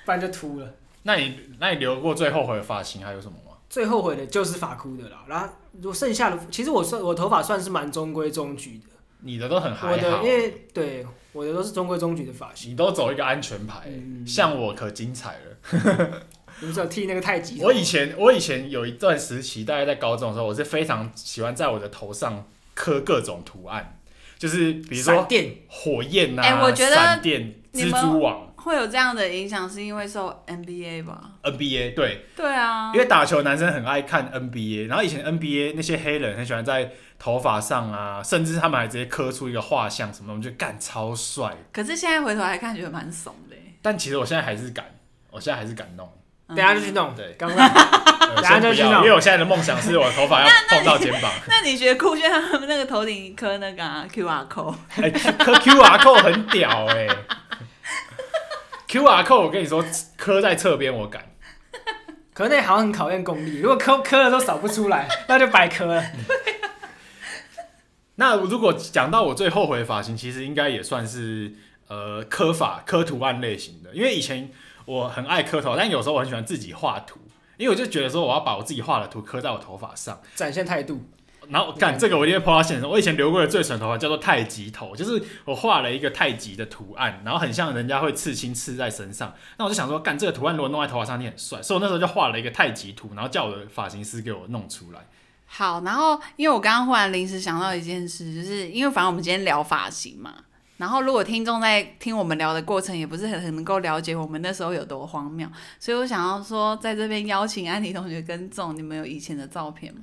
[SPEAKER 3] 不然就秃了。
[SPEAKER 1] 那你那你留过最后悔的发型还有什么吗？
[SPEAKER 3] 最后悔的就是发箍的啦，然后我剩下的，其实我算我头发算是蛮中规中矩的，
[SPEAKER 1] 你的都很还
[SPEAKER 3] 我的
[SPEAKER 1] 好
[SPEAKER 3] 因，为对我的都是中规中矩的发型，
[SPEAKER 1] 你都走一个安全牌、
[SPEAKER 3] 嗯
[SPEAKER 1] 像我可精彩了。
[SPEAKER 3] 你们只有剃那个太极头。
[SPEAKER 1] 我以前我以前有一段时期，大概在高中的时候，我是非常喜欢在我的头上刻各种图案，就是比如
[SPEAKER 3] 闪
[SPEAKER 1] 说
[SPEAKER 3] 电
[SPEAKER 1] 火焰呐、啊，
[SPEAKER 2] 哎我觉得
[SPEAKER 1] 闪电、
[SPEAKER 2] 你
[SPEAKER 1] 蜘
[SPEAKER 2] 们
[SPEAKER 1] 蛛网、
[SPEAKER 2] 会有这样的影响，是因为受 NBA 吧？
[SPEAKER 1] NBA 对。
[SPEAKER 2] 对啊
[SPEAKER 1] 因，为打球男生很爱看 NBA，然后以前 NBA 那些黑人很喜欢在头发上啊，甚至他们还直接刻出一个画像什么的，我们就干超帅。
[SPEAKER 2] 可是现在回头来看，觉得蛮怂的欸。
[SPEAKER 1] 但其实我现在还是敢，我现在还是敢 弄，
[SPEAKER 2] 嗯
[SPEAKER 3] 等一下就去弄，
[SPEAKER 1] 对
[SPEAKER 3] 刚刚
[SPEAKER 1] 呃
[SPEAKER 3] 等下
[SPEAKER 1] 先不
[SPEAKER 3] 就去
[SPEAKER 1] 要
[SPEAKER 3] 弄
[SPEAKER 1] 因为我现在的梦想是我头发 要碰到肩膀。
[SPEAKER 2] 那你觉得酷炫他们那个头顶刻那个、啊、QR code，
[SPEAKER 1] 哎、刻 QR code 很屌哎、QR code 我跟你说，刻在侧边我敢，
[SPEAKER 3] 可是那好像很考验功力，如果磕磕了都扫不出来， 那就白磕了。
[SPEAKER 1] 那如果讲到我最后悔的发型，其实应该也算是呃刻法、刻图案类型的，因为以前我很爱刻头，但有时候我很喜欢自己画图，因为我就觉得说我要把我自己画的图刻在我头发上。
[SPEAKER 3] 展现态 度，
[SPEAKER 1] 然后干这个我一定会抛到现实中。我以前留过的最蠢的头发叫做太极头，就是我画了一个太极的图案，然后很像人家会刺青刺在身上。那我就想说，干这个图案如果弄在头发上，你很帅，所以我那时候就画了一个太极图，然后叫我的发型师给我弄出来。
[SPEAKER 2] 好，然后因为我刚刚忽然临时想到一件事，就是因为反正我们今天聊发型嘛，然后如果听众在听我们聊的过程也不是很很能够了解我们那时候有多荒谬，所以我想要说在这边邀请安妮同学跟众，你们有以前的照片吗？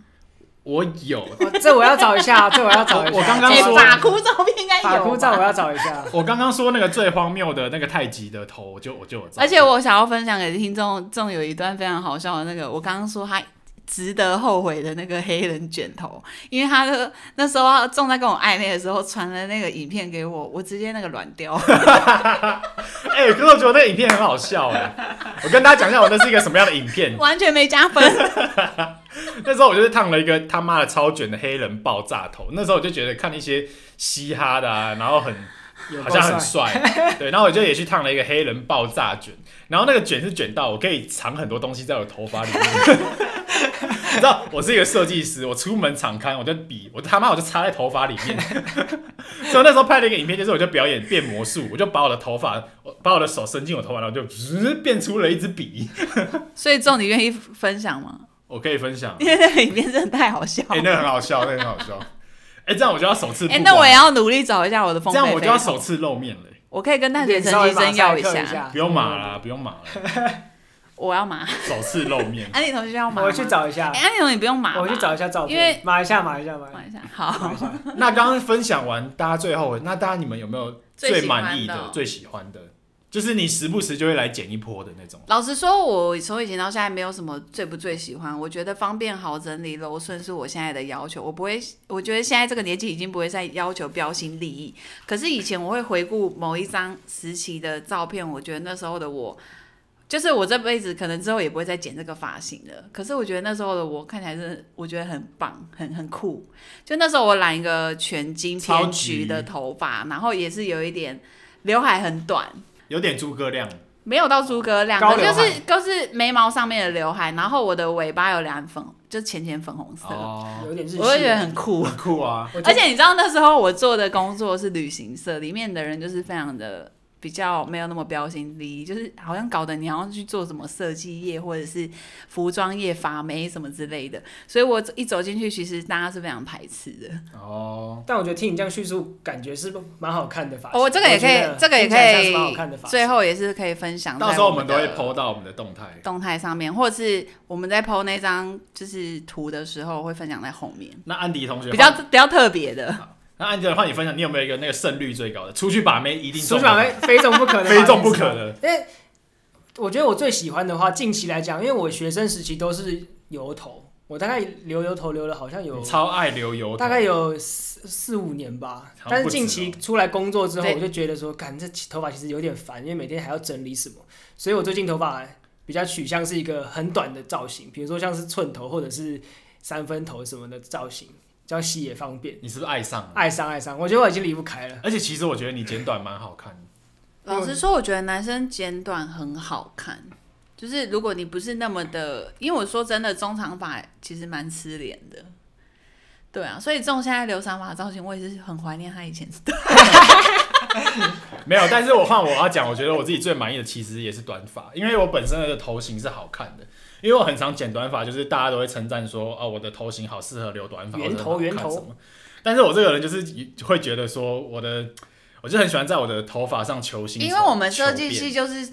[SPEAKER 1] 我有，
[SPEAKER 3] 我这我要找一下，这我要找一下。
[SPEAKER 1] 我我刚刚
[SPEAKER 2] 哎
[SPEAKER 1] 说
[SPEAKER 2] 发箍照片应该有吧，
[SPEAKER 3] 法箍照我要找一下，
[SPEAKER 1] 我刚刚说那个最荒谬的那个太极的头，我就我就哎有照片，
[SPEAKER 2] 而且我想要分享给听众，仲有一段非常好笑的那个，我刚刚说他值得后悔的那个黑人卷头，因为他的那时候仲在跟我暧昧的时候传了那个影片给我，我直接那个软 掉。
[SPEAKER 1] 哎、可是我觉得那个影片很好笑哎、我跟大家讲一下我那是一个什么样的影片。
[SPEAKER 2] 完全没加分。
[SPEAKER 1] 那时候我就是烫了一个他妈的超卷的黑人爆炸头，那时候我就觉得看一些嘻哈的啊，然后很
[SPEAKER 3] 有
[SPEAKER 1] 好
[SPEAKER 3] 够
[SPEAKER 1] 像很
[SPEAKER 3] 帅。
[SPEAKER 1] 帅， 对，然后我就也去烫了一个黑人爆炸卷，然后那个卷是卷到我可以藏很多东西在我头发里面。 你知道我是一个设计师，我出门敞开，我就比我他妈我就插在头发里面， 所以我那时候拍了一个影片，就是我就表演变魔术，我就把我的头发，我把我的手伸进我头发，然后就、呃变出了一支笔。
[SPEAKER 2] 所以仲，你愿意分享吗？
[SPEAKER 1] 我可以分 享，
[SPEAKER 2] 因为那里面真的太好笑
[SPEAKER 1] 哎、
[SPEAKER 2] 了。
[SPEAKER 1] 那个很好笑，那个很好笑。哎、这样我就要首次曝
[SPEAKER 2] 哎、
[SPEAKER 1] 光，
[SPEAKER 2] 那我也要努力找一下我的风
[SPEAKER 1] 这
[SPEAKER 2] 贝
[SPEAKER 1] 样我就要
[SPEAKER 2] 飞头
[SPEAKER 1] 首次露面了、
[SPEAKER 2] 我可以跟大学
[SPEAKER 3] 脸
[SPEAKER 2] 生
[SPEAKER 3] 稍微
[SPEAKER 2] 医生要
[SPEAKER 3] 马赛克一下
[SPEAKER 1] 不用码啦，不用码啦，
[SPEAKER 2] 我要码。。
[SPEAKER 1] 首次露面
[SPEAKER 2] 安妮同学要码吗，
[SPEAKER 3] 嗯我去找一下
[SPEAKER 2] 哎、，安妮同学不用码吧，
[SPEAKER 3] 我去找一下照片，
[SPEAKER 2] 因为
[SPEAKER 3] 码一下，码一下，码一
[SPEAKER 2] 码
[SPEAKER 3] 下
[SPEAKER 2] 一下。好
[SPEAKER 3] 码一，下。
[SPEAKER 1] 那刚刚分享完，大家最后，那大家你们有没有
[SPEAKER 2] 最喜欢
[SPEAKER 1] 满意
[SPEAKER 2] 的
[SPEAKER 1] 的、
[SPEAKER 2] 哦
[SPEAKER 1] 最喜欢的？就是你时不时就会来剪一波的那种。
[SPEAKER 2] 老实说，我从以前到现在没有什么最不最喜欢。我觉得方便、好整理、柔顺是我现在的要求。我不会，我觉得现在这个年纪已经不会再要求标新立异。可是以前我会回顾某一张时期的照片，我觉得那时候的我，就是我这辈子可能之后也不会再剪这个发型了。可是我觉得那时候的我看起来真的，我觉得很棒，很很酷。就那时候我染一个全金
[SPEAKER 1] 超
[SPEAKER 2] 偏
[SPEAKER 1] 级
[SPEAKER 2] 橘的头发，然后也是有一点刘海很短。
[SPEAKER 1] 有点诸葛亮，
[SPEAKER 2] 没有到诸葛亮，
[SPEAKER 3] 高
[SPEAKER 2] 可
[SPEAKER 3] 刘
[SPEAKER 2] 就
[SPEAKER 3] 海
[SPEAKER 2] 是就是眉毛上面的刘海，然后我的尾巴有两粉，就浅浅粉红色，
[SPEAKER 1] 哦，
[SPEAKER 3] 有点日系，
[SPEAKER 2] 我就觉得很酷。
[SPEAKER 1] 很酷啊！
[SPEAKER 3] 我觉得
[SPEAKER 2] 而且你知道那时候我做的工作是旅行社，里面的人就是非常的比较没有那么标新立异，就是好像搞得你好像去做什么设计业或者是服装业、发霉什么之类的，所以我一走进去，其实大家是非常排斥的。
[SPEAKER 1] 哦，
[SPEAKER 3] 但我觉得听你这样叙述，感觉是蛮好看的发型。
[SPEAKER 2] 哦，这个也可
[SPEAKER 3] 我觉
[SPEAKER 2] 以
[SPEAKER 3] 得，
[SPEAKER 2] 这个也
[SPEAKER 3] 听起来像
[SPEAKER 2] 可
[SPEAKER 3] 是蛮好看的
[SPEAKER 2] 以，
[SPEAKER 3] 发型。
[SPEAKER 2] 最后也是可以分享在的。
[SPEAKER 1] 到时候哦我们都会 PO 到我们的动态。
[SPEAKER 2] 动态上面，或者是我们在 PO 那张就是图的时候会分享在后面，
[SPEAKER 1] 那安迪同学
[SPEAKER 2] 比较比较特别的。
[SPEAKER 1] 那安迪的话，你分享你有没有一个那个胜率最高的？出去把妹一定
[SPEAKER 3] 出
[SPEAKER 1] 中
[SPEAKER 3] 去把妹非中不可的，
[SPEAKER 1] 非中不可。的。
[SPEAKER 3] 因为我觉得我最喜欢的话，近期来讲，因为我学生时期都是油头，我大概留油头留了好像有
[SPEAKER 1] 你超爱留油头，
[SPEAKER 3] 大概有四四五年吧
[SPEAKER 1] 好像不止哦，
[SPEAKER 3] 但是近期出来工作之后，
[SPEAKER 2] 对
[SPEAKER 3] 我就觉得说，干这头发其实有点烦，因为每天还要整理什么，所以我最近头发比较取向是一个很短的造型，比如说像是寸头或者是三分头什么的造型，比较细也方便。
[SPEAKER 1] 你是不是爱上了？
[SPEAKER 3] 爱上爱上，我觉得我已经离不开了。
[SPEAKER 1] 而且其实我觉得你剪短蛮好看的，
[SPEAKER 2] 老实说，我觉得男生剪短很好看，就是如果你不是那么的，因为我说真的，中长发其实蛮吃脸的。对啊，所以这种现在留长发的造型，我也是很怀念他以前的。
[SPEAKER 1] 没有。但是我换我要讲，我觉得我自己最满意的其实也是短发，因为我本身的头型是好看的。因为我很常剪短发，就是大家都会称赞说，哦，我的头型好适合留短发，
[SPEAKER 3] 圆头
[SPEAKER 1] 或者很好看
[SPEAKER 3] 圆头
[SPEAKER 1] 什么。但是我这个人就是会觉得说，我的我就很喜欢在我的头发上求新手，
[SPEAKER 2] 因为我们设计
[SPEAKER 1] 求变
[SPEAKER 2] 系就是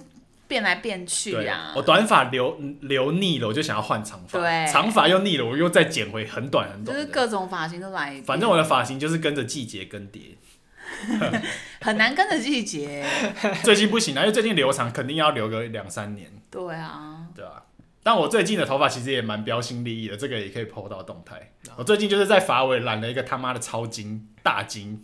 [SPEAKER 2] 变来变去
[SPEAKER 1] 对
[SPEAKER 2] 啊
[SPEAKER 1] 我。短发留嗯留腻了，我就想要换长发。
[SPEAKER 2] 对
[SPEAKER 1] 长发又腻了，我又再剪回很短很
[SPEAKER 2] 就
[SPEAKER 1] 短
[SPEAKER 2] 是
[SPEAKER 1] 的。
[SPEAKER 2] 各种发型都来一遍，
[SPEAKER 1] 反正我的发型就是跟着季节更迭，
[SPEAKER 2] 很难跟着季节。
[SPEAKER 1] 最近不行啊了，因为最近留长肯定要留个两三年，
[SPEAKER 2] 对啊，
[SPEAKER 1] 对吧、但我最近的头发其实也蛮标新立异的，这个也可以 PO 到动态。我最近就是在发尾染了一个他妈的超金大金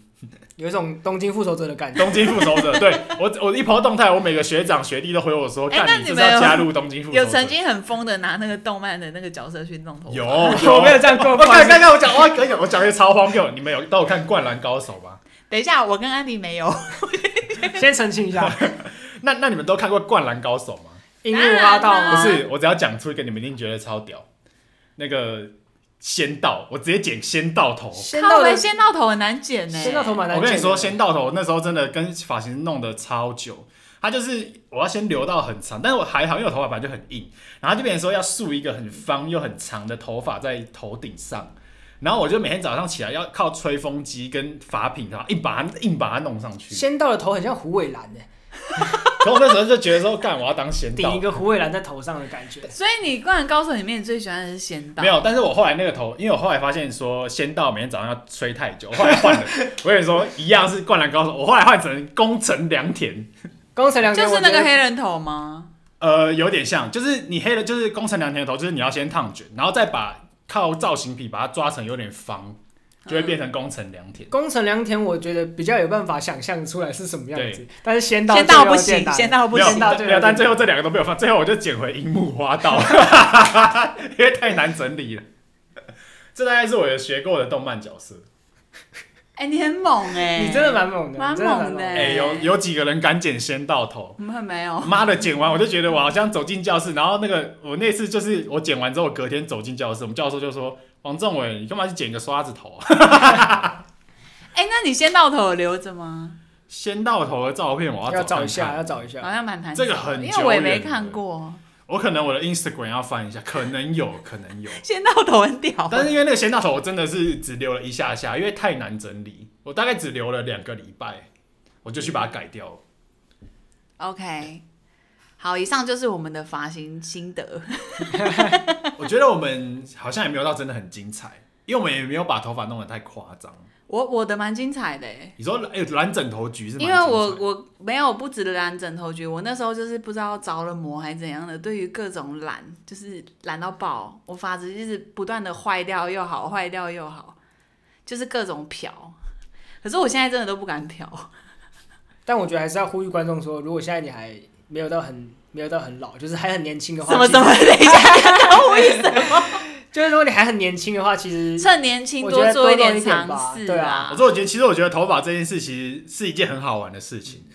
[SPEAKER 3] 有一种东京复仇者的感觉。
[SPEAKER 1] 东京复仇者，对我我一 PO 动态，我每个学长学弟都回我说，
[SPEAKER 2] 哎
[SPEAKER 1] 干、
[SPEAKER 2] 那
[SPEAKER 1] 你
[SPEAKER 2] 你
[SPEAKER 1] 是不
[SPEAKER 2] 们
[SPEAKER 1] 是要
[SPEAKER 2] 有
[SPEAKER 1] 加入东京复仇者？
[SPEAKER 2] 有曾经很疯的拿那个动漫的那个角色去弄头发，
[SPEAKER 1] 有，
[SPEAKER 3] 我没有这样过
[SPEAKER 1] 我刚刚刚我讲，我刚刚我讲一个超荒谬，你们有都有看《灌篮高手》吗？
[SPEAKER 2] 等一下，我跟安迪没有，
[SPEAKER 3] 先澄清一下，
[SPEAKER 1] 那那你们都看过《灌篮高手》吗？
[SPEAKER 3] 音乐挖到
[SPEAKER 2] 当然
[SPEAKER 1] 不
[SPEAKER 3] 吗？
[SPEAKER 1] 是，我只要讲出一个，你们一定觉得超屌。那个仙道，我直接剪仙道头。
[SPEAKER 3] 先
[SPEAKER 2] 靠
[SPEAKER 3] 到
[SPEAKER 2] 背
[SPEAKER 3] 的
[SPEAKER 2] 先到头很难剪呢、
[SPEAKER 3] 先到头蛮难欸
[SPEAKER 1] 我
[SPEAKER 3] 剪的。
[SPEAKER 1] 跟你说，仙道头那时候真的跟发型弄得超久。他就是我要先留到很长，但是我还好，因为我头发本来就很硬，然后就变成说要束一个很方又很长的头发在头顶上，然后我就每天早上起来要靠吹风机跟发品啊，硬把它硬把它弄上去。
[SPEAKER 3] 先到的头很像胡伟兰诶，
[SPEAKER 1] 可我那时候就觉得说，干我要当仙
[SPEAKER 3] 顶
[SPEAKER 1] 道
[SPEAKER 3] 一，个胡伟兰在头上的感觉。
[SPEAKER 2] 所以你《灌篮高手》里面你最喜欢的是仙道
[SPEAKER 1] 没，有，但是我后来那个头，因为我后来发现说，仙道每天早上要吹太久，我后来换了。我跟你说，一样是灌篮高手，我后来换成宫城良田，
[SPEAKER 3] 工程良田
[SPEAKER 2] 就是那
[SPEAKER 3] 我
[SPEAKER 2] 个
[SPEAKER 3] 觉得
[SPEAKER 2] 黑人头吗？
[SPEAKER 1] 呃，有点像，就是你黑的，就是宫城良田的头，就是你要先烫卷，然后再把靠造型笔把它抓成有点方，就会变成宫城良田。
[SPEAKER 3] 工程良田，我觉得比较有办法想象出来是什么样子。但是先到
[SPEAKER 2] 仙
[SPEAKER 3] 先
[SPEAKER 2] 道不行，仙道不
[SPEAKER 1] 没有
[SPEAKER 2] 行
[SPEAKER 3] 仙，道最有
[SPEAKER 1] 没有，但
[SPEAKER 3] 点
[SPEAKER 1] 最后这两个都没有放，最后我就捡回樱木花道， 因为太难整理了。这大概是我有学过的动漫角色。
[SPEAKER 2] 哎、你很猛哎、
[SPEAKER 3] 你真的蛮猛的，
[SPEAKER 2] 蛮
[SPEAKER 3] 你真的
[SPEAKER 2] 猛的
[SPEAKER 1] 哎、
[SPEAKER 2] 欸
[SPEAKER 1] 有有几个人敢剪仙道头？
[SPEAKER 2] 我们很没有。
[SPEAKER 1] 妈的，剪完我就觉得我好像走进教室，然后那个我那次就是我剪完之后，隔天走进教室，我们教授就说：“王政委，你干嘛去剪个刷子头啊
[SPEAKER 2] 哎、那你仙道头有留着吗？？”
[SPEAKER 1] 仙道头的照片我
[SPEAKER 3] 要
[SPEAKER 1] 找
[SPEAKER 3] 找一下，
[SPEAKER 1] 看
[SPEAKER 3] 要
[SPEAKER 1] 看
[SPEAKER 3] 找一下。
[SPEAKER 2] 好像蛮难
[SPEAKER 1] 这
[SPEAKER 2] 剪的
[SPEAKER 1] 个很久
[SPEAKER 2] 因为我也没看过。
[SPEAKER 1] 我可能我的 Instagram 要翻一下，可能有，可能有。
[SPEAKER 2] 先到头很屌，
[SPEAKER 1] 但是因为那个咸大头，我真的是只留了一下下，因为太难整理，我大概只留了两个礼拜，我就去把它改掉 了。
[SPEAKER 2] OK，好，以上就是我们的发型心得。
[SPEAKER 1] 我觉得我们好像也没有到真的很精彩，因为我们也没有把头发弄得太夸张。
[SPEAKER 2] 我我的蛮精彩的欸，
[SPEAKER 1] 你说，哎、蓝枕头局是蛮
[SPEAKER 2] 因为我
[SPEAKER 1] 精彩的
[SPEAKER 2] 我没有不止染枕头局，我那时候就是不知道着了魔还是怎样的，对于各种染就是染到爆，我发质就是不断的坏掉又好，坏掉又好，就是各种漂。可是我现在真的都不敢漂，
[SPEAKER 3] 但我觉得还是要呼吁观众说，如果现在你还没有到很没有到很老，就是还很年轻的话，
[SPEAKER 2] 什么
[SPEAKER 3] 其
[SPEAKER 2] 什
[SPEAKER 3] 实
[SPEAKER 2] 么，等一 下，我意思，
[SPEAKER 3] 就是如果你还很年轻的话，其实
[SPEAKER 2] 趁年轻
[SPEAKER 3] 我觉得
[SPEAKER 2] 做
[SPEAKER 3] 多
[SPEAKER 2] 一
[SPEAKER 3] 弄
[SPEAKER 2] 点
[SPEAKER 3] 一点
[SPEAKER 2] 尝
[SPEAKER 3] 吧
[SPEAKER 2] 试
[SPEAKER 3] 对啊
[SPEAKER 1] 我说，我觉得其实我觉得头发这件事其实是一件很好玩的事情，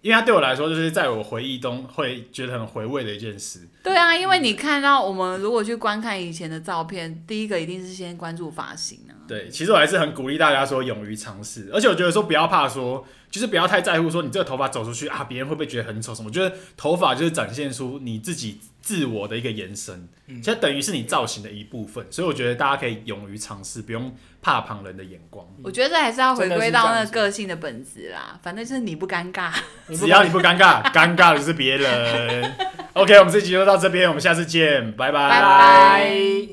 [SPEAKER 1] 因为它对我来说就是在我回忆中会觉得很回味的一件事。
[SPEAKER 2] 对啊，因为
[SPEAKER 3] 嗯
[SPEAKER 2] 你看到我们如果去观看以前的照片，第一个一定是先关注发型啊。
[SPEAKER 1] 对，其实我还是很鼓励大家说勇于尝试，而且我觉得说不要怕说，就是不要太在乎说你这个头发走出去啊，别人会不会觉得很丑什么？我觉得头发就是展现出你自己自我的一个延伸，
[SPEAKER 2] 嗯
[SPEAKER 1] 其实等于是你造型的一部分，所以我觉得大家可以勇于尝试，不用怕旁人的眼光，
[SPEAKER 2] 我觉得还是要回
[SPEAKER 3] 嗯真的
[SPEAKER 2] 归
[SPEAKER 3] 是这样
[SPEAKER 2] 到那个
[SPEAKER 3] 子
[SPEAKER 2] 个性的本质啦，反正就是你不尴尬。
[SPEAKER 3] 你不
[SPEAKER 1] 只要你不尴尬，尴尬的就是别 人。OK，我们这集就到这边，我们下次见，拜拜。
[SPEAKER 2] 拜
[SPEAKER 3] 拜
[SPEAKER 2] 拜。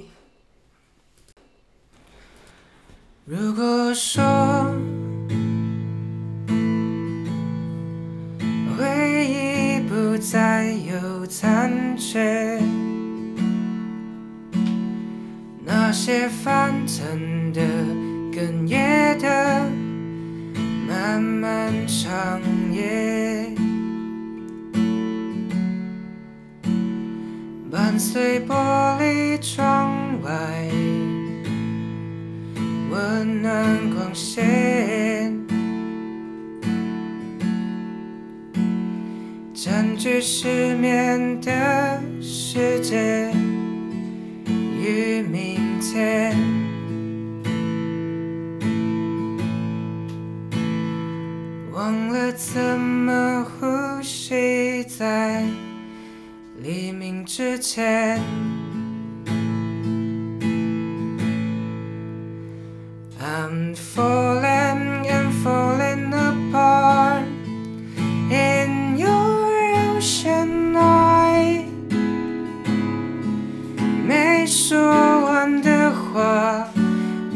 [SPEAKER 3] 如果说回忆不再有残缺，那些翻腾的、哽咽的漫漫长夜。伴随玻璃窗外温暖光线，占据失眠的世界与明天。忘了怎么呼吸，在黎明之前，I'm falling and falling apart in your ocean eye。没说完的话，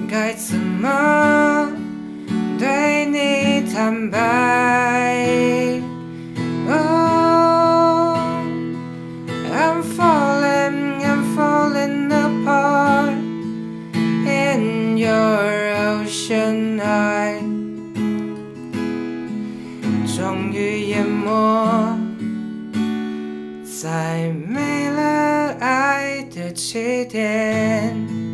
[SPEAKER 3] 该怎么对你坦白？哦。I'm falling, I'm falling apart in your ocean eye，终于淹没在没了爱的起点。